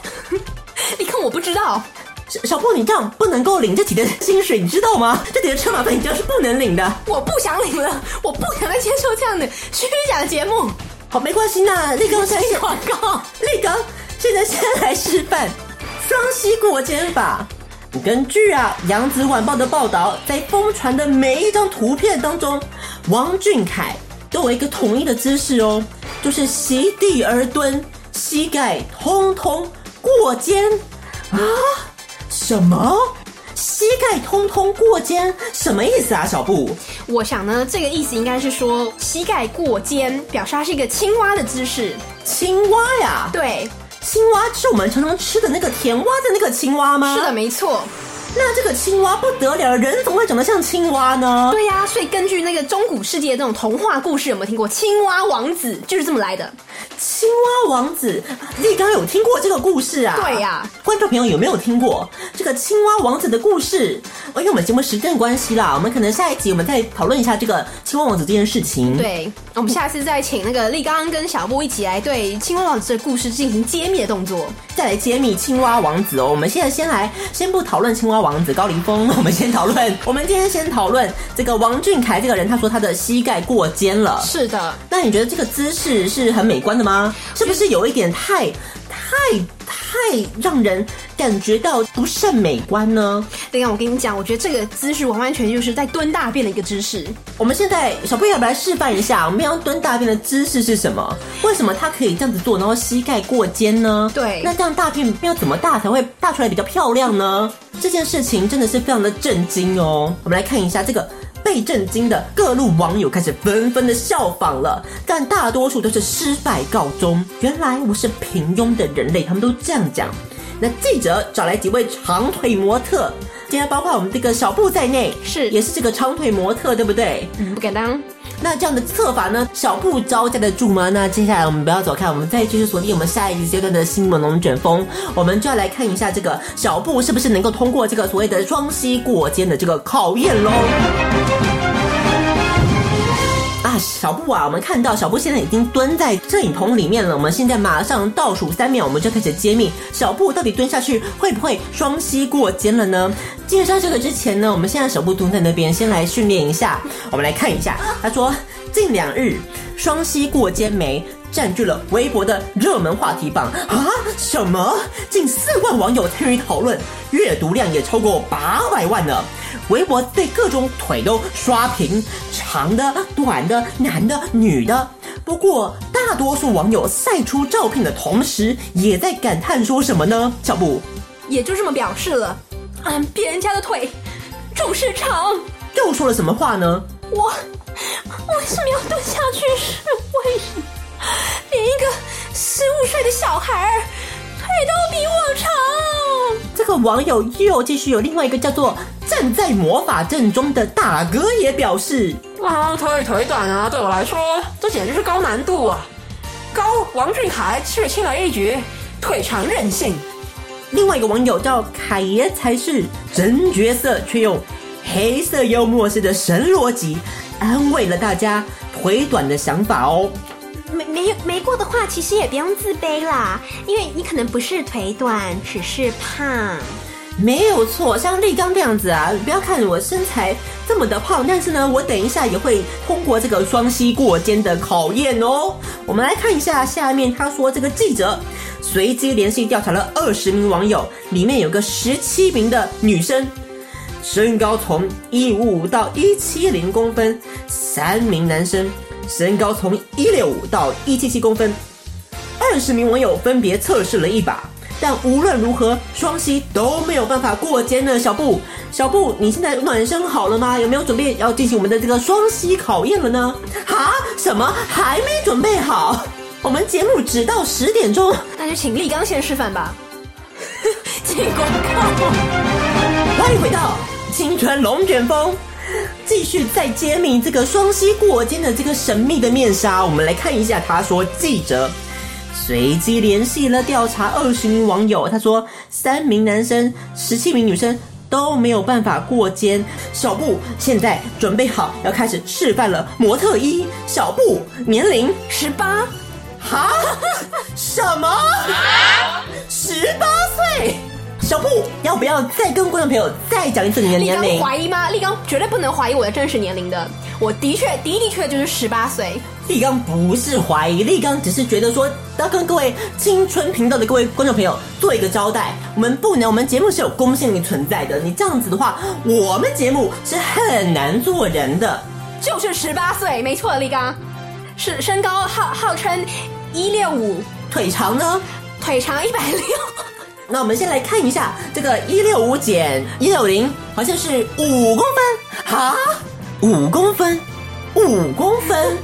Speaker 2: 立刚，我不知道。
Speaker 5: 小小布，你这样不能够领这几天的薪水，你知道吗？这几天车马费你这样是不能领的。
Speaker 2: 我不想领了，我不想再接受这样的虚假的节目。
Speaker 5: 好，没关系，那立刚先
Speaker 2: 进广告，
Speaker 5: 立刚现在先来示范双膝过肩法。根据啊《扬子晚报》的报道，在疯传的每一张图片当中，王俊凯都有一个统一的姿势哦，就是席地而蹲，膝盖通通过肩啊？什么？膝盖通通过肩，什么意思啊，小布？
Speaker 2: 我想呢，这个意思应该是说膝盖过肩，表示它是一个青蛙的姿势。
Speaker 5: 青蛙呀？
Speaker 2: 对，
Speaker 5: 青蛙是我们常常吃的那个甜蛙的那个青蛙吗？
Speaker 2: 是的，。没错。
Speaker 5: 那这个青蛙不得了，人怎么会长得像青蛙呢？
Speaker 2: 对呀、所以根据那个中古世界这种童话故事，有没有听过青蛙王子就是这么来的？
Speaker 5: 青蛙王子，立刚有听过这个故事啊？
Speaker 2: 对呀
Speaker 5: 观众朋友有没有听过这个青蛙王子的故事？哦因为我们节目时间关系啦，我们可能下一集我们再讨论一下这个青蛙王子这件事情。，
Speaker 2: 对，我们下次再请那个立刚跟小布一起来对青蛙王子的故事进行揭秘的动作。
Speaker 5: 再来揭秘青蛙王子哦。我们现在先来，先不讨论青蛙王子高凌风， 我们先讨论，我们今天先讨论这个王俊凯这个人，他说他的膝盖过肩了。
Speaker 2: 是的，
Speaker 5: 那你觉得这个姿势是很美观的吗？是不是有一点太、太、太让人感觉到不甚美观呢？
Speaker 2: 等一下我跟你讲，我觉得这个姿势完完全全就是在蹲大便的一个姿势。
Speaker 5: 我们现在小朋友来示范一下，我们要蹲大便的姿势是什么？为什么他可以这样子做，然后膝盖过肩呢？
Speaker 2: 对
Speaker 5: 那这样大便要怎么大才会大出来比较漂亮呢？这件事情真的是非常的震惊哦。我们来看一下这个。被震惊的各路网友开始纷纷的效仿了，但大多数都是失败告终。原来我是平庸的人类，他们都这样讲。那记者找来几位长腿模特，今天包括我们这个小布在内，
Speaker 2: 是
Speaker 5: 也是这个长腿模特，对不对？
Speaker 2: 嗯不敢当。
Speaker 5: 那这样的测法呢，小布招架得住吗？那接下来我们不要走开，我们再继续锁定我们下一个阶段的新闻龙卷风，我们就要来看一下这个小布是不是能够通过这个所谓的双膝过肩的这个考验喽。啊，小布啊，我们看到小布现在已经蹲在摄影棚里面了。我们现在马上倒数三秒，我们就开始揭秘小布到底蹲下去会不会双膝过肩了呢？介绍这个之前呢，我们现在小布蹲在那边，先来训练一下。我们来看一下，他说近两日双膝过肩没，占据了微博的热门话题榜啊！什么？近四万网友参与讨论，阅读量也超过八百万呢。微博对各种腿都刷屏，长的、短的、男的、女的。不过，大多数网友晒出照片的同时，也在感叹说什么呢？小布，
Speaker 2: 也就这么表示了。俺别人家的腿，主市场，
Speaker 5: 又说了什么话呢？
Speaker 2: 我为什么要蹲下去是为什么？连一个十五岁的小孩儿腿都比我长。
Speaker 5: 这个网友又继续有另外一个叫做“站在魔法阵中”的大哥也表示，
Speaker 7: 啊，腿腿短啊，对我来说，这简直是高难度啊！高，王俊凯却轻而易举，腿长任性。
Speaker 5: 另外一个网友叫凯爷才是真角色，却用黑色幽默式的神逻辑安慰了大家腿短的想法哦。
Speaker 2: 没没有没过的话，其实也不用自卑啦，因为你可能不是腿短，只是胖。
Speaker 5: 没有错，像立刚这样子啊，不要看我身材这么的胖，但是呢，我等一下也会通过这个双膝过肩的考验哦。我们来看一下下面他说，这个记者随机联系调查了二十名网友，里面有个十七名的女生，身高从一五五到一七零公分；三名男生，身高从一六五到一七七公分。二十名网友分别测试了一把，但无论如何，双膝都没有办法过肩呢。小布，小布，你现在暖身好了吗？有没有准备要进行我们的这个双膝考验了呢？啊，什么还没准备好？我们节目只到十点钟，
Speaker 2: 那就请立刚先示范吧。 进广告。
Speaker 5: 欢迎回到青春龙卷风，继续再揭秘这个双膝过肩的这个神秘的面纱。我们来看一下，他说记者随机联系了调查二十名网友，他说三名男生、十七名女生都没有办法过肩。小布现在准备好要开始示范了，模特一小布年龄
Speaker 2: 十八，
Speaker 5: 哈？什么？十八岁？小布，要不要再跟观众朋友再讲一次你的
Speaker 2: 立
Speaker 5: 年
Speaker 2: 刚
Speaker 5: 龄？
Speaker 2: 怀疑吗？立刚绝对不能怀疑我的真实年龄的，我的确的的确就是十八岁。
Speaker 5: 立刚不是怀疑，立刚只是觉得说要跟各位青春频道的各位观众朋友做一个交代，我们不能，我们节目是有公信力存在的，你这样子的话，我们节目是很难做人的。
Speaker 2: 就是十八岁，没错，立刚是身高号号称一六五，
Speaker 5: 腿长呢？
Speaker 2: 腿长一百六，
Speaker 5: 那我们先来看一下这个一六五减一六零，好像是五公分哈，五公分，五公分。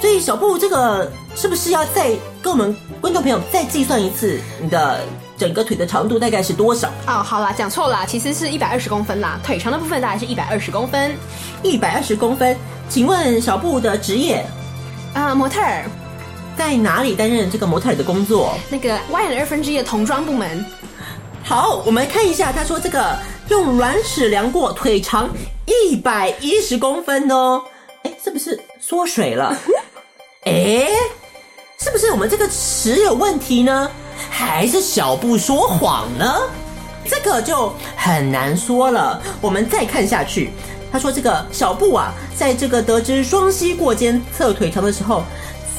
Speaker 5: 所以小布这个是不是要再跟我们观众朋友再计算一次你的整个腿的长度大概是多少？
Speaker 2: 哦，好啦，讲错啦，其实是一百二十公分啦，腿长的部分大概是一百二十公分。
Speaker 5: 一百二十公分。请问小布的职业
Speaker 2: 啊、模特儿
Speaker 5: 在哪里担任这个模特儿的工作？
Speaker 2: 那个 Y 人二分之一的童装部门，
Speaker 5: 好，我们看一下，他说这个用软尺量过，腿长一百一十公分哦。哎，是不是缩水了？哎，是不是我们这个尺有问题呢？还是小布说谎呢？这个就很难说了。我们再看下去，他说这个小布啊，在这个得知双膝过肩测腿长的时候，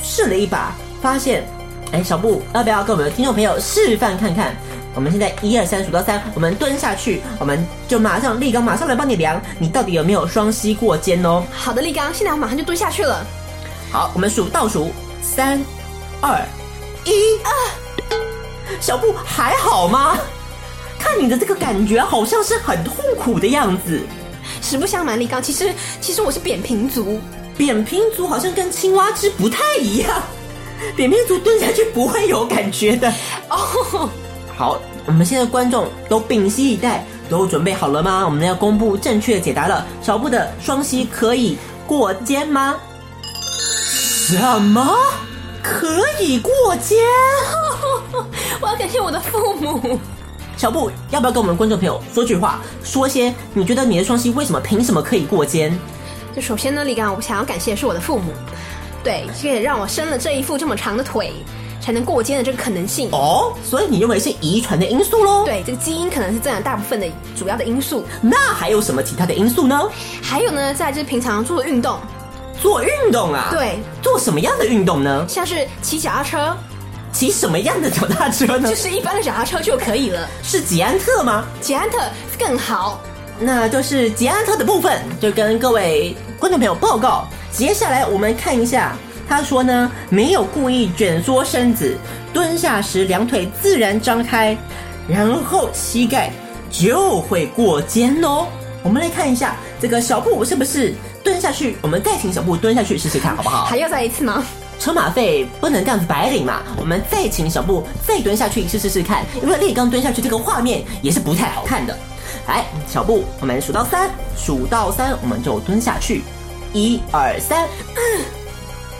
Speaker 5: 试了一把，发现，哎，小布要不要跟我们的听众朋友示范看看？我们现在一二三数到三，我们蹲下去，我们就马上立刚马上来帮你量，你到底有没有双膝过肩哦？
Speaker 2: 好的，立刚，现在我马上就蹲下去了。
Speaker 5: 好，我们数倒数，三、二、一啊！小布还好吗？看你的这个感觉，好像是很痛苦的样子。
Speaker 2: 实不相瞒，立刚，其实其实我是扁平足，
Speaker 5: 扁平足好像跟青蛙肢不太一样， 扁平足蹲下去不会有感觉的。
Speaker 2: 哦，
Speaker 5: 好，我们现在观众都屏息以待，都准备好了吗？我们要公布正确解答了。小布的双膝可以过肩吗？什么？可以过肩？
Speaker 2: 我要感谢我的父母。
Speaker 5: 小布，要不要跟我们观众朋友说句话，说些你觉得你的双膝为什么凭什么可以过肩？
Speaker 2: 就首先呢，李刚，我想要感谢的是我的父母，对，这也让我生了这一副这么长的腿，才能过肩的这个可能性。
Speaker 5: 哦，所以你认为是遗传的因素喽？，
Speaker 2: 对，这个基因可能是占了大部分的主要的因素。
Speaker 5: 那还有什么其他的因素呢？
Speaker 2: 还有呢，再来就是平常做的运动，
Speaker 5: 做运动啊？
Speaker 2: 对，
Speaker 5: 做什么样的运动呢？
Speaker 2: 像是骑脚踏车，
Speaker 5: 骑什么样的脚踏车呢？
Speaker 2: 就是一般的脚踏车就可以了。
Speaker 5: 是捷安特吗？
Speaker 2: 捷安特更好，
Speaker 5: 那就是捷安特的部分，就跟各位观众朋友报告。接下来我们看一下，他说呢，没有故意卷缩身子，蹲下时两腿自然张开，然后膝盖就会过肩哦。我们来看一下这个小布是不是蹲下去，我们再请小布蹲下去试试看好不好？
Speaker 2: 还要再一次吗？
Speaker 5: 车马费不能这样子白领嘛，我们再请小布再蹲下去一次试试看，因为立刚蹲下去这个画面也是不太好看的。来，小布，我们数到三，数到三我们就蹲下去，一二三。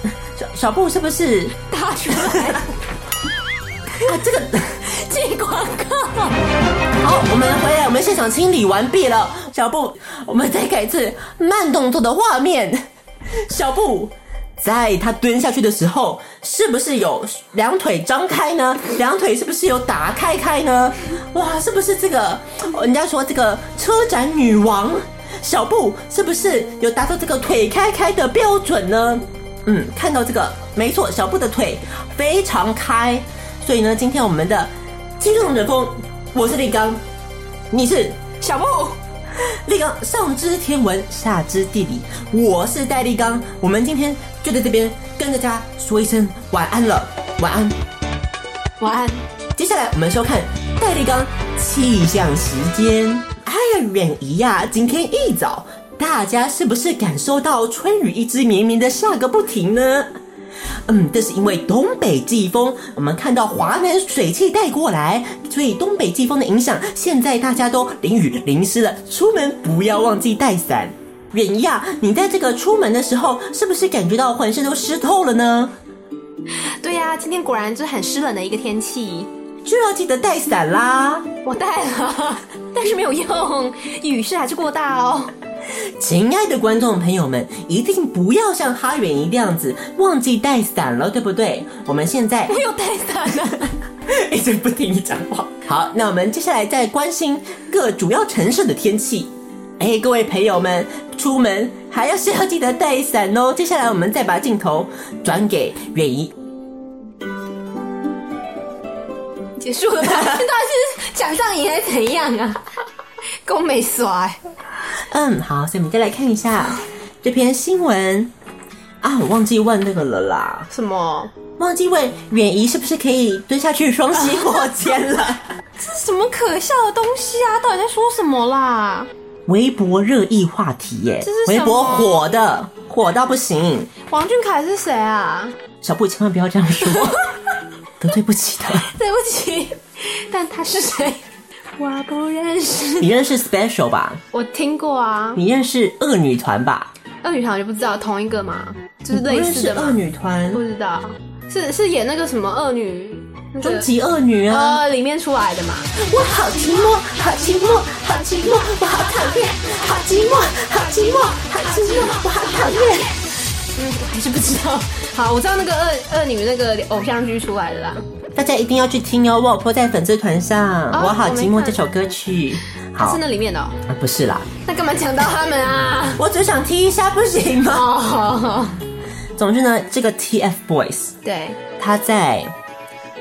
Speaker 5: 啊小小布是不是
Speaker 2: 打出来，
Speaker 5: 啊？这个。
Speaker 2: 进广告。
Speaker 5: 好，我们回来，我们现场清理完毕了。小布，我们再改一次慢动作的画面。小布，在他蹲下去的时候，是不是有两腿张开呢？两腿是不是有打开开呢？哇，是不是这个？呃人家说这个车展女王小布，是不是有达到这个腿开开的标准呢？嗯，看到这个，没错，小布的腿非常开，所以呢，今天我们的青春龙卷风，我是立刚，你是
Speaker 7: 小布，
Speaker 5: 立刚，上知天文，下知地理，我是戴立刚，我们今天就在这边跟大家说一声晚安了，晚安。
Speaker 2: 晚安。
Speaker 5: 接下来我们收看戴立刚气象时间。哎呀，远姨呀、今天一早，大家是不是感受到春雨一直绵绵的下个不停呢？嗯，这是因为东北季风，我们看到华南水汽带过来，所以东北季风的影响，现在大家都淋雨淋湿了，出门不要忘记带伞。远姨啊，你在这个出门的时候，是不是感觉到浑身都湿透了呢？
Speaker 2: 对呀、今天果然是很湿冷的一个天气。
Speaker 5: 就要记得带伞啦。
Speaker 2: 我带了，但是没有用，雨势还是过大哦。
Speaker 5: 亲爱的观众朋友们，一定不要像哈远一样子忘记带伞了，对不对？我们现在
Speaker 2: 我有带哎伞呢。
Speaker 5: 一直不听你讲话。好，那我们接下来再关心各主要城市的天气。哎，各位朋友们，出门还要是要记得带伞哦。接下来我们再把镜头转给远怡，
Speaker 2: 结束 了吧？到底是讲上瘾还是怎样啊？跟我没耍、欸，
Speaker 5: 嗯，好，所以我们再来看一下这篇新闻啊，我忘记问那个了啦，
Speaker 2: 什么？
Speaker 5: 忘记问远怡是不是可以蹲下去双膝过肩了。
Speaker 2: 这是什么可笑的东西啊？到底在说什么啦？
Speaker 5: 微博热议话题耶
Speaker 2: 这是，
Speaker 5: 微
Speaker 2: 什么
Speaker 5: 博火的火到不行，
Speaker 2: 王俊凯是谁啊？
Speaker 5: 小布千万不要这样 说，得罪不起他。
Speaker 2: 对不起，但他是谁？我不认识。
Speaker 5: 你认识 Special 吧？
Speaker 2: 我听过啊，
Speaker 5: 你认识恶女团吧？
Speaker 2: 恶女团我就不知道同一个嘛，就是类
Speaker 5: 你不认
Speaker 2: 似
Speaker 5: 识
Speaker 2: 的
Speaker 5: 恶
Speaker 2: 嘛。
Speaker 5: 女团
Speaker 2: 不，知道，是是演那个什么恶女，那个
Speaker 5: 终极恶女啊！
Speaker 2: 呃里面出来的嘛？
Speaker 5: 我好寂寞，好寂寞，好寂寞，我好讨厌，好寂寞，好寂寞，好寂寞，我好讨厌。
Speaker 2: 还是不知道。好，我知道那个恶恶女那个偶像剧出来的啦。
Speaker 5: 大家一定要去听哦！我有 po 在粉丝团上，我好寂
Speaker 2: 我
Speaker 5: 寞》
Speaker 2: 没看
Speaker 5: 这首歌曲。
Speaker 2: 他
Speaker 5: 好
Speaker 2: 是，那里面的哦、
Speaker 5: 啊不是啦，
Speaker 2: 那干嘛讲到他们啊？
Speaker 5: 我只想听一下，不行吗？
Speaker 2: 哦，
Speaker 5: 总之呢，这个 TFBOYS
Speaker 2: 对，
Speaker 5: 他在，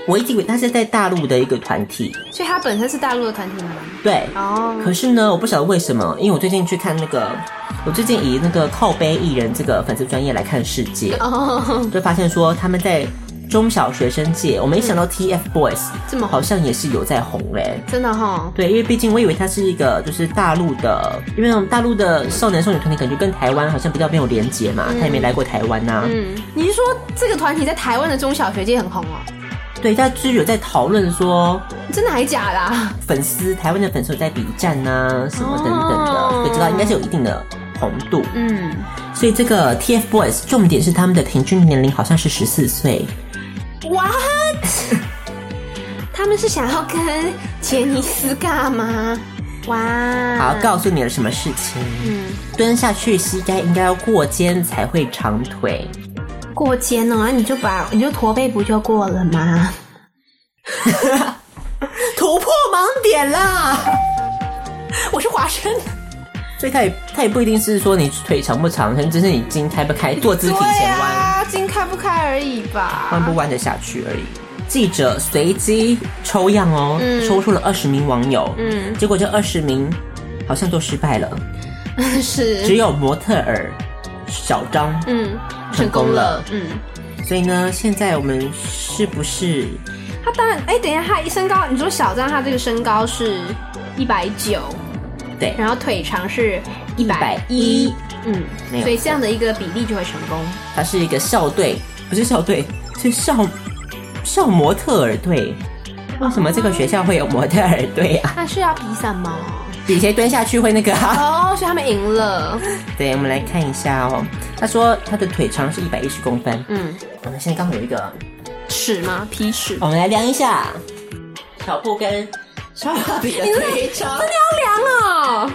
Speaker 5: 我一直以为他是在大陆的一个团体，
Speaker 2: 所以他本身是大陆的团体吗？
Speaker 5: 对。
Speaker 2: 哦，
Speaker 5: 可是呢，我不晓得为什么，因为我最近去看那个，我最近以那个靠背艺人这个粉丝专业来看世界，
Speaker 2: 哦，
Speaker 5: 就发现说他们在中小学生界，我没想到 TFBOYS
Speaker 2: 嗯这么红
Speaker 5: 好像也是有在红嘞、
Speaker 2: 真的哈、
Speaker 5: 对，因为毕竟我以为它是一个就是大陆的，因为那种大陆的少男少女团体感觉跟台湾好像比较没有连结嘛，他也没来过台湾啊呐、
Speaker 2: 嗯，你是说这个团体在台湾的中小学界很红哦？
Speaker 5: 对，大家就是有在讨论说
Speaker 2: 真的还假的、啊？
Speaker 5: 粉丝台湾的粉丝有在比战呐、什么等等的，
Speaker 2: 哦
Speaker 5: 所以知道应该是有一定的红度。
Speaker 2: 嗯，
Speaker 5: 所以这个 TFBOYS 重点是他们的平均年龄好像是十四岁，
Speaker 2: What？他们是想要跟杰尼斯干嘛？哇！
Speaker 5: 好，告诉你了什么事情？
Speaker 2: 嗯，
Speaker 5: 蹲下去膝盖应该要过肩才会长腿。
Speaker 2: 过肩哦，那你就把你就驼背不就过了吗？
Speaker 5: 突破盲点啦！
Speaker 2: 我是华生，
Speaker 5: 所以它也它也不一定是说你腿长不长，甚至是你筋开不开，坐姿体前弯。嗯
Speaker 2: 啊，筋开不开而已吧。
Speaker 5: 弯不弯得下去而已。记者随机抽样哦，
Speaker 2: 嗯
Speaker 5: 抽出了二十名网友，嗯，结果这二十名好像都失败了，
Speaker 2: 嗯
Speaker 5: 只
Speaker 2: 是，
Speaker 5: 有模特儿小张，
Speaker 2: 嗯，
Speaker 5: 成功了
Speaker 2: 嗯。
Speaker 5: 所以呢，现在我们是不是
Speaker 2: 他当然，哎、等一下，他身高，你说小张他这个身高是一百九，
Speaker 5: 对
Speaker 2: 然后腿长是一百
Speaker 5: 110
Speaker 2: 一，嗯，
Speaker 5: 没有
Speaker 2: 所以这样的一个比例就会成功。
Speaker 5: 他是一个校队，不是校队，是校校模特儿队？为什么这个学校会有模特儿队啊？
Speaker 2: 那是要比什么？
Speaker 5: 比谁蹲下去会那个、啊？
Speaker 2: 哦，所以他们赢了。
Speaker 5: 对，我们来看一下哦。他说他的腿长是一百一十公分。
Speaker 2: 嗯，
Speaker 5: 我们现在刚好有一个，
Speaker 2: 尺吗？皮尺？
Speaker 5: 我们来量一下小布跟小蜡笔的腿长。
Speaker 2: 要量哦！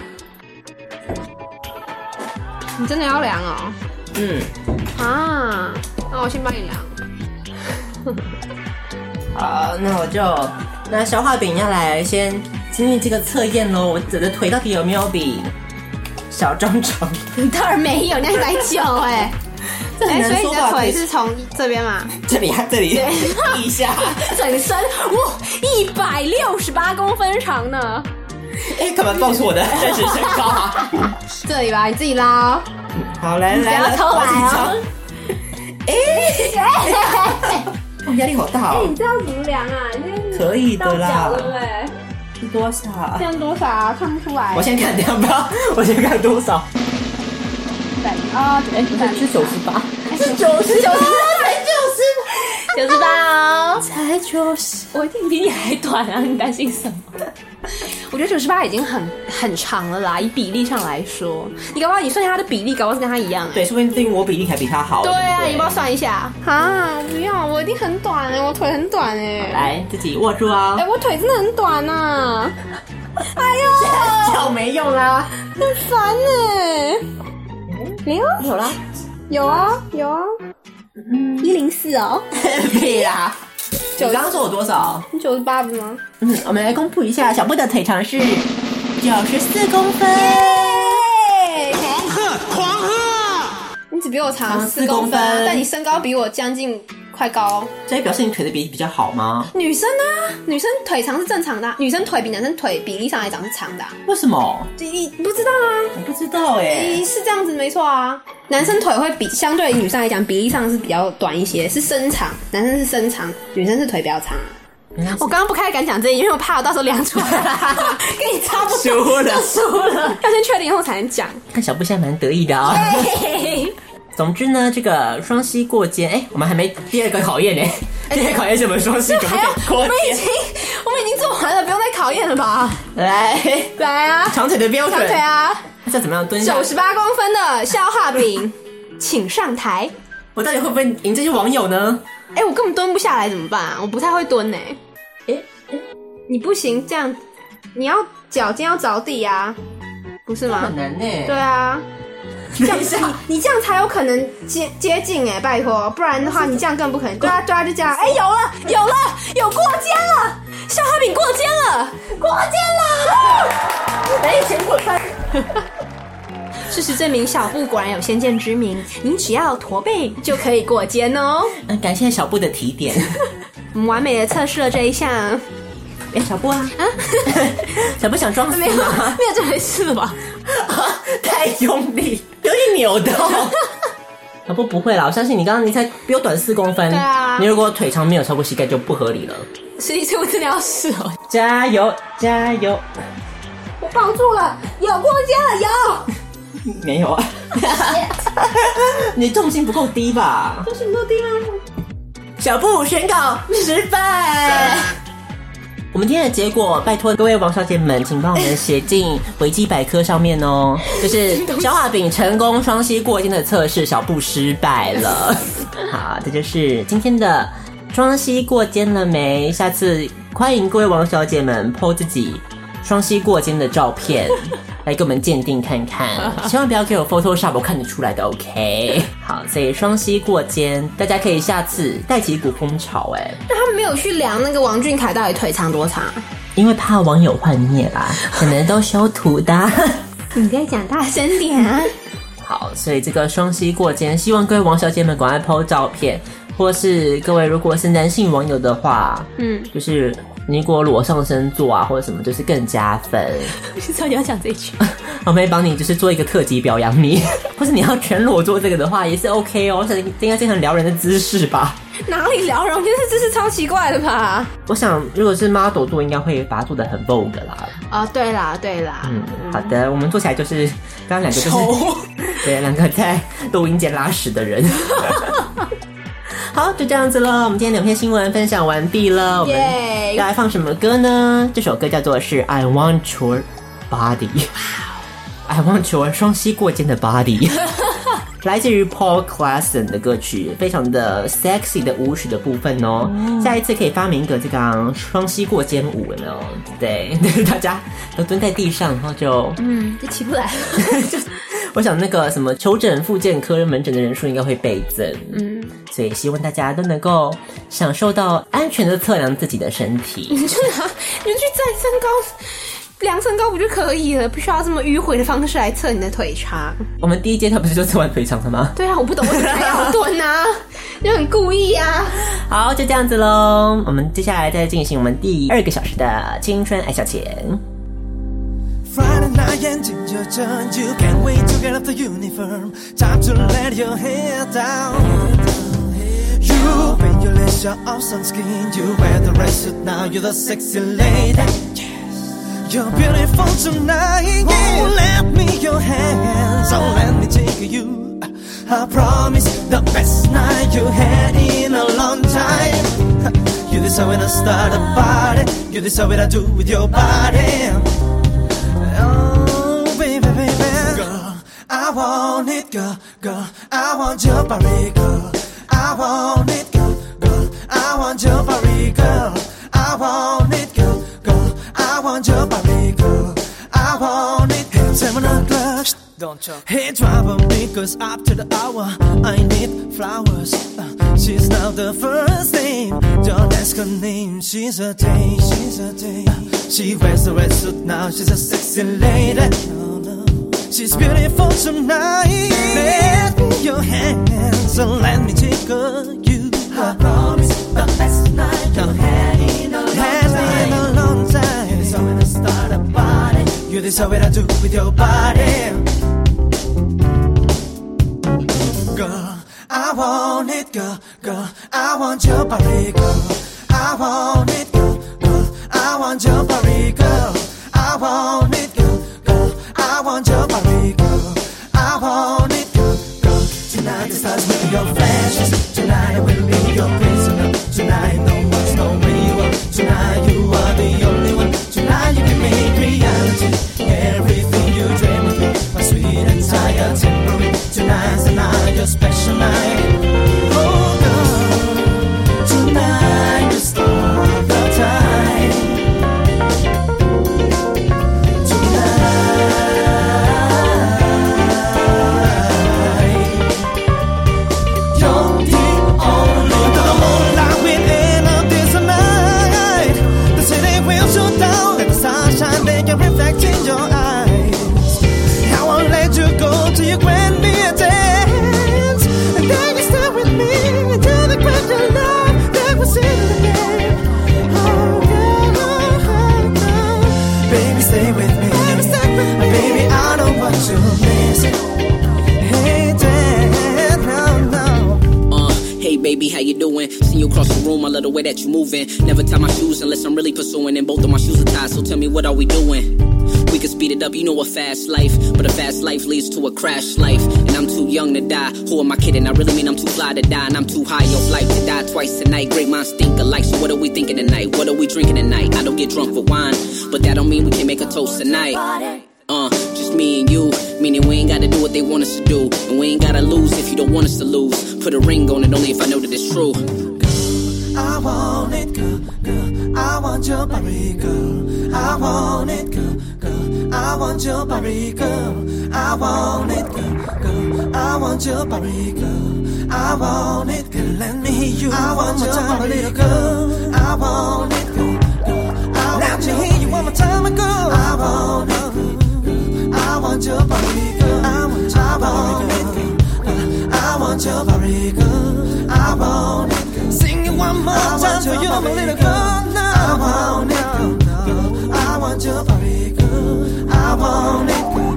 Speaker 2: 你真的要量哦？
Speaker 5: 嗯，
Speaker 2: 啊，那我先帮你量。
Speaker 5: 好，那我就那消化饼要来先经历这个测验喽。我我的腿到底有没有比小张长？
Speaker 2: 你 当然没有，那一百九哎。
Speaker 5: 这很
Speaker 2: 哎，
Speaker 5: 难
Speaker 2: 所以
Speaker 5: 说
Speaker 2: 你的
Speaker 5: 吧？
Speaker 2: 腿是从这边嘛？
Speaker 5: 这里啊，这里
Speaker 2: 对
Speaker 5: 一下。
Speaker 2: 整身哇，一百六十八公分长呢。
Speaker 5: 哎，干嘛报出我 的真实身高啊？
Speaker 2: 这里吧，你自己捞。
Speaker 5: 好，来
Speaker 2: 不
Speaker 5: 来
Speaker 2: 要
Speaker 5: 来，
Speaker 2: 偷懒
Speaker 5: 报几张
Speaker 2: 哦。
Speaker 5: 哦压力好大哦。
Speaker 2: 哎这样怎么量啊？你这
Speaker 5: 可以的啦
Speaker 2: 到脚对不对？
Speaker 5: 是多少啊
Speaker 2: 这？样多少啊？看不出来。
Speaker 5: 我先看，等一下不要， 我先看多少。
Speaker 2: 等啊，哎，不
Speaker 5: 是九十八，
Speaker 2: 是九十九十才九十九十八哦，才九十，我一定比你还短啊！你担心什么？我觉得九十八已经很很长了啦，以比例上来说，你搞不好你算一下他的比例，搞不好是跟他一样哎、
Speaker 5: 对，说不定我比例还比他好。
Speaker 2: 对啊，
Speaker 5: 不
Speaker 2: 你帮我算一下啊！不要，我一定很短哎、我腿很短哎、
Speaker 5: 来自己握住啊
Speaker 2: 哎、！我腿真的很短呐、啊！ 哎
Speaker 5: 脚没用啊啦。
Speaker 2: 呦，很烦哎、没有？有啦，有啊，有啊，一零四哦，
Speaker 5: 屁啦！你刚刚说我多少？
Speaker 2: 你九十八不吗？
Speaker 5: 嗯，我们来公布一下，小布的腿长是九十四公分，
Speaker 2: 你只比我长
Speaker 5: 长
Speaker 2: 四
Speaker 5: 4公
Speaker 2: 公
Speaker 5: 分
Speaker 2: 分，但你身高比我将近快高。
Speaker 5: 这也表示你腿的比例比较好吗？
Speaker 2: 女生呢、女生腿长是正常的啊、女生腿比男生腿比例上来讲是长的啊、
Speaker 5: 为什么？
Speaker 2: 你你不知道啊？
Speaker 5: 我不知道哎
Speaker 2: 你。是这样子没错啊。男生腿会比相对于女生来讲比例上是比较短一些，是身长，男生是身长，女生是腿比较长啊。我刚刚不太敢讲这一，因为我怕我到时候量出来跟你差不多，
Speaker 5: 输了
Speaker 2: 输了， 要先确定后才能 讲。
Speaker 5: 看小布现在蛮得意的啊。总之呢，这个双膝过肩，哎，我们还没第二个考验呢。第二个考验是我们双膝可不
Speaker 2: 还要，
Speaker 5: 可以
Speaker 2: 我
Speaker 5: 过
Speaker 2: 们已
Speaker 5: 肩？
Speaker 2: 经我们已经做完了，不用再考验了吧？
Speaker 5: 来，
Speaker 2: 来啊，
Speaker 5: 哎长腿的标
Speaker 2: 长
Speaker 5: 准
Speaker 2: 腿，啊，
Speaker 5: 这怎么样蹲下
Speaker 2: 九？十八公分的消化饼，请上台。
Speaker 5: 我到底会不会赢这些网友呢？
Speaker 2: 哎、我根本蹲不下来，怎么办、啊？我不太会蹲呢、
Speaker 5: 哎
Speaker 2: 你不行，这样你要脚尖要着地啊，不是吗？
Speaker 5: 难欸呢。
Speaker 2: 对啊，这样
Speaker 5: 等一下，
Speaker 2: 你你这样才有可能接接近哎、拜托，不然的话你这样更不可能。对啊，对啊，就这样。哎、有了，有了，有过肩了，消化饼过肩了，过肩 了。
Speaker 5: 哎，前滚翻。
Speaker 2: 事实证明，小布果然有先见之明，您只要驼背就可以过肩哦。
Speaker 5: 嗯，感谢小布的提 点。
Speaker 2: 我们完美的测试了这 一项，
Speaker 5: 哎，小布啊， 小布想装死
Speaker 2: 没有
Speaker 5: 吗？
Speaker 2: 没有这回事吧？
Speaker 5: 太用力，有点扭哦到。 小布不会啦，我相信你。刚刚你才比我短四公分，
Speaker 2: 对啊
Speaker 5: 你如果腿长没有超过膝盖就不合理了。
Speaker 2: 所以，所以我真的要试哦。
Speaker 5: 加油，加油！
Speaker 2: 我抱住了，有过肩了，有。
Speaker 5: 没 有啊，你重心不够低吧？
Speaker 2: 这是你落地
Speaker 8: 啊
Speaker 2: 了。
Speaker 5: 小布宣告失败。我们今天的结果，拜托各位王小姐们，请帮我们写进维基百科上面哦。就是小画饼成功双膝过肩的测试，小布失败了。好，这就是今天的双膝过肩了没？下次欢迎各位王小姐们 PO 自己双膝过肩的照片。来给我们鉴定看看，千万不要给我 Photoshop，我看得出来的。OK，好，所以双膝过肩，大家可以下次带起一股风潮、哎，
Speaker 2: 那他们没有去量那个王俊凯到底腿长多长啊？
Speaker 5: 因为怕网友幻灭吧，可能都修图的啊。
Speaker 2: 你在讲大声点 啊！
Speaker 5: 好，所以这个双膝过肩，希望各位王小姐们赶快 PO 照片，或是各位如果是男性网友的话，
Speaker 2: 嗯，
Speaker 5: 就是你如果裸上身做啊，或者什么，就是更加分。
Speaker 8: 不知道你要讲这一句。
Speaker 5: 我们也帮你就是做一个特辑表扬你， 或是你要全裸做这个的话也是 OK 哦。我想应该变成撩人的姿势吧。
Speaker 8: 哪里聊人？我觉得这是超奇怪的吧？
Speaker 5: 我想如果是 model 做，应该会把它做的很 vogue 啦。
Speaker 8: 啊，对啦，对啦，
Speaker 5: 嗯，好的，我们做起来就是刚刚两个就是， 对，两个在录音间拉屎的人。好，就这样子了。我们今天两篇新闻分享完毕了。我们
Speaker 8: 耶
Speaker 5: 要来放什么歌呢？这首歌叫做是《I Want Your Body》，I Want Your 双膝过肩的 Body，来自于 Paul Clason 的歌曲，非常的 sexy 的舞曲的部分哦。下一次可以发明一个这个啊双膝过肩舞有没有？对， 大家都蹲在地上，然后就
Speaker 8: 嗯，就起不来了。
Speaker 5: 我想那个什么求诊、复健科门诊的人数应该会倍增，嗯，所以希望大家都能够享受到安全的测量自己的身体。
Speaker 8: 你就拿，你就去站身高，量身高不就可以了？不需要这么迂回的方式来测你的腿长。
Speaker 5: 我们第一阶段不是就测完腿长了吗？
Speaker 8: 对啊，我不懂为什么还要蹲啊， 就很故意啊。
Speaker 5: 好，就这样子喽。我们接下来再进行我们第二个小时的青春爱消遣。
Speaker 9: Friday night and ginger turn You can't wait to get off the uniform Time to let your hair down You bend your lash off sunscreen You wear the red suit now You're the sexy lady You're beautiful tonight Oh, let me your hands Oh, let me take you I promise the best night you had in a long time You decide when I start a party You decide what I do with your body Oh, baby, baby. Girl, I want it, girl, girl. I want your body, girl. I want it, girl, girl. I want your body, girl. I want it, girl, girl. I want your body, girl. I want it, girl. Seven o'clock. Don't talk. Hey, driver, because after the hour, I need flowers. Uh, she's now the first name. Don't ask her name. She's a day, she's a day. she wears the red suit now. She's a sexy lady. No, no. She's beautiful tonight. Let me your hands and let me tickle you. I promise the best night you had in a long time. In a long time. You're the way to start a party. You're the way to do with your body. girl. I want it, girl, girl. I want your body, girl. I want it, girl, girl. I want your body, girl. I want it, girl, girl. I want your body, girl. I want it, girl, girl. Tonight it starts with your flashes. Tonight I will be your prisoner. Tonight no one's no real. Tonight you are the only one. Tonight you can make reality. Everything you dream of me, my sweet and tired temporary. Tonight's the night, your special night. Oh girl, tonight is the time. Tonight. You're the only the whole night will end up this night. The city will shut down. Let the sunshine make a reflect in your eyes. I won't let you go till you grant me a dance. And then you stay with me until the grand your love that was in the game. Oh, yeah. Baby, stay with me. Baby, I know what you're missing. Hey, dad, no, no.
Speaker 10: Uh, hey baby, how you doing? Seen you across the room, I love the way that you moving. Never tie my shoes unless I'm really pursuing, and both of my shoes are tied. So tell me, what are we doing? We can speed it up, you know a fast life, but a fast life leads to a crash life. And I'm too young to die. Who am I kidding? I really mean I'm too fly to die, and I'm too high off life to die twice tonight. Great minds think alike, so what are we thinking tonight? What are we drinking tonight? I don't get drunk for wine, but that don't mean we can't make a toast tonight. Uh, just me and you. Meaning we ain't gotta do what they want us to do. And we ain't gotta lose if you don't want us to lose. Put a ring on it only if I know that it's true.
Speaker 9: I want it, girl, girl. I want your body, girl. I want it, girl, girl. I want your body, girl. I want it, girl, girl. I want your body, girl. I want it, girl. Let me hear you. I want your body, girl. I want it, girl, girl. Let me hear you one more time, girl. I want it, girl, girl. I want your body, girl. I want your body, girl. I want your body, girl. I want it, girl. Sing it one more time for you, my little girl. Now. I want it, girl. I want your body, girl. I want it, girl.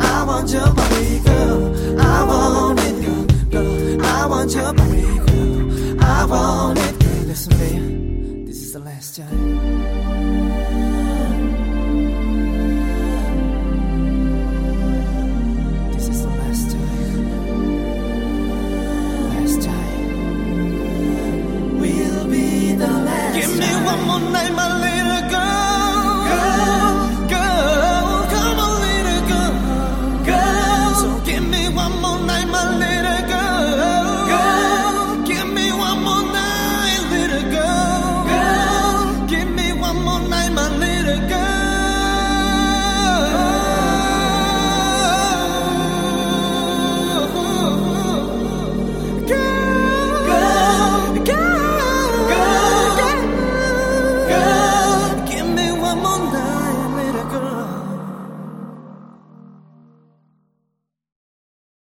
Speaker 9: I want your body, girl.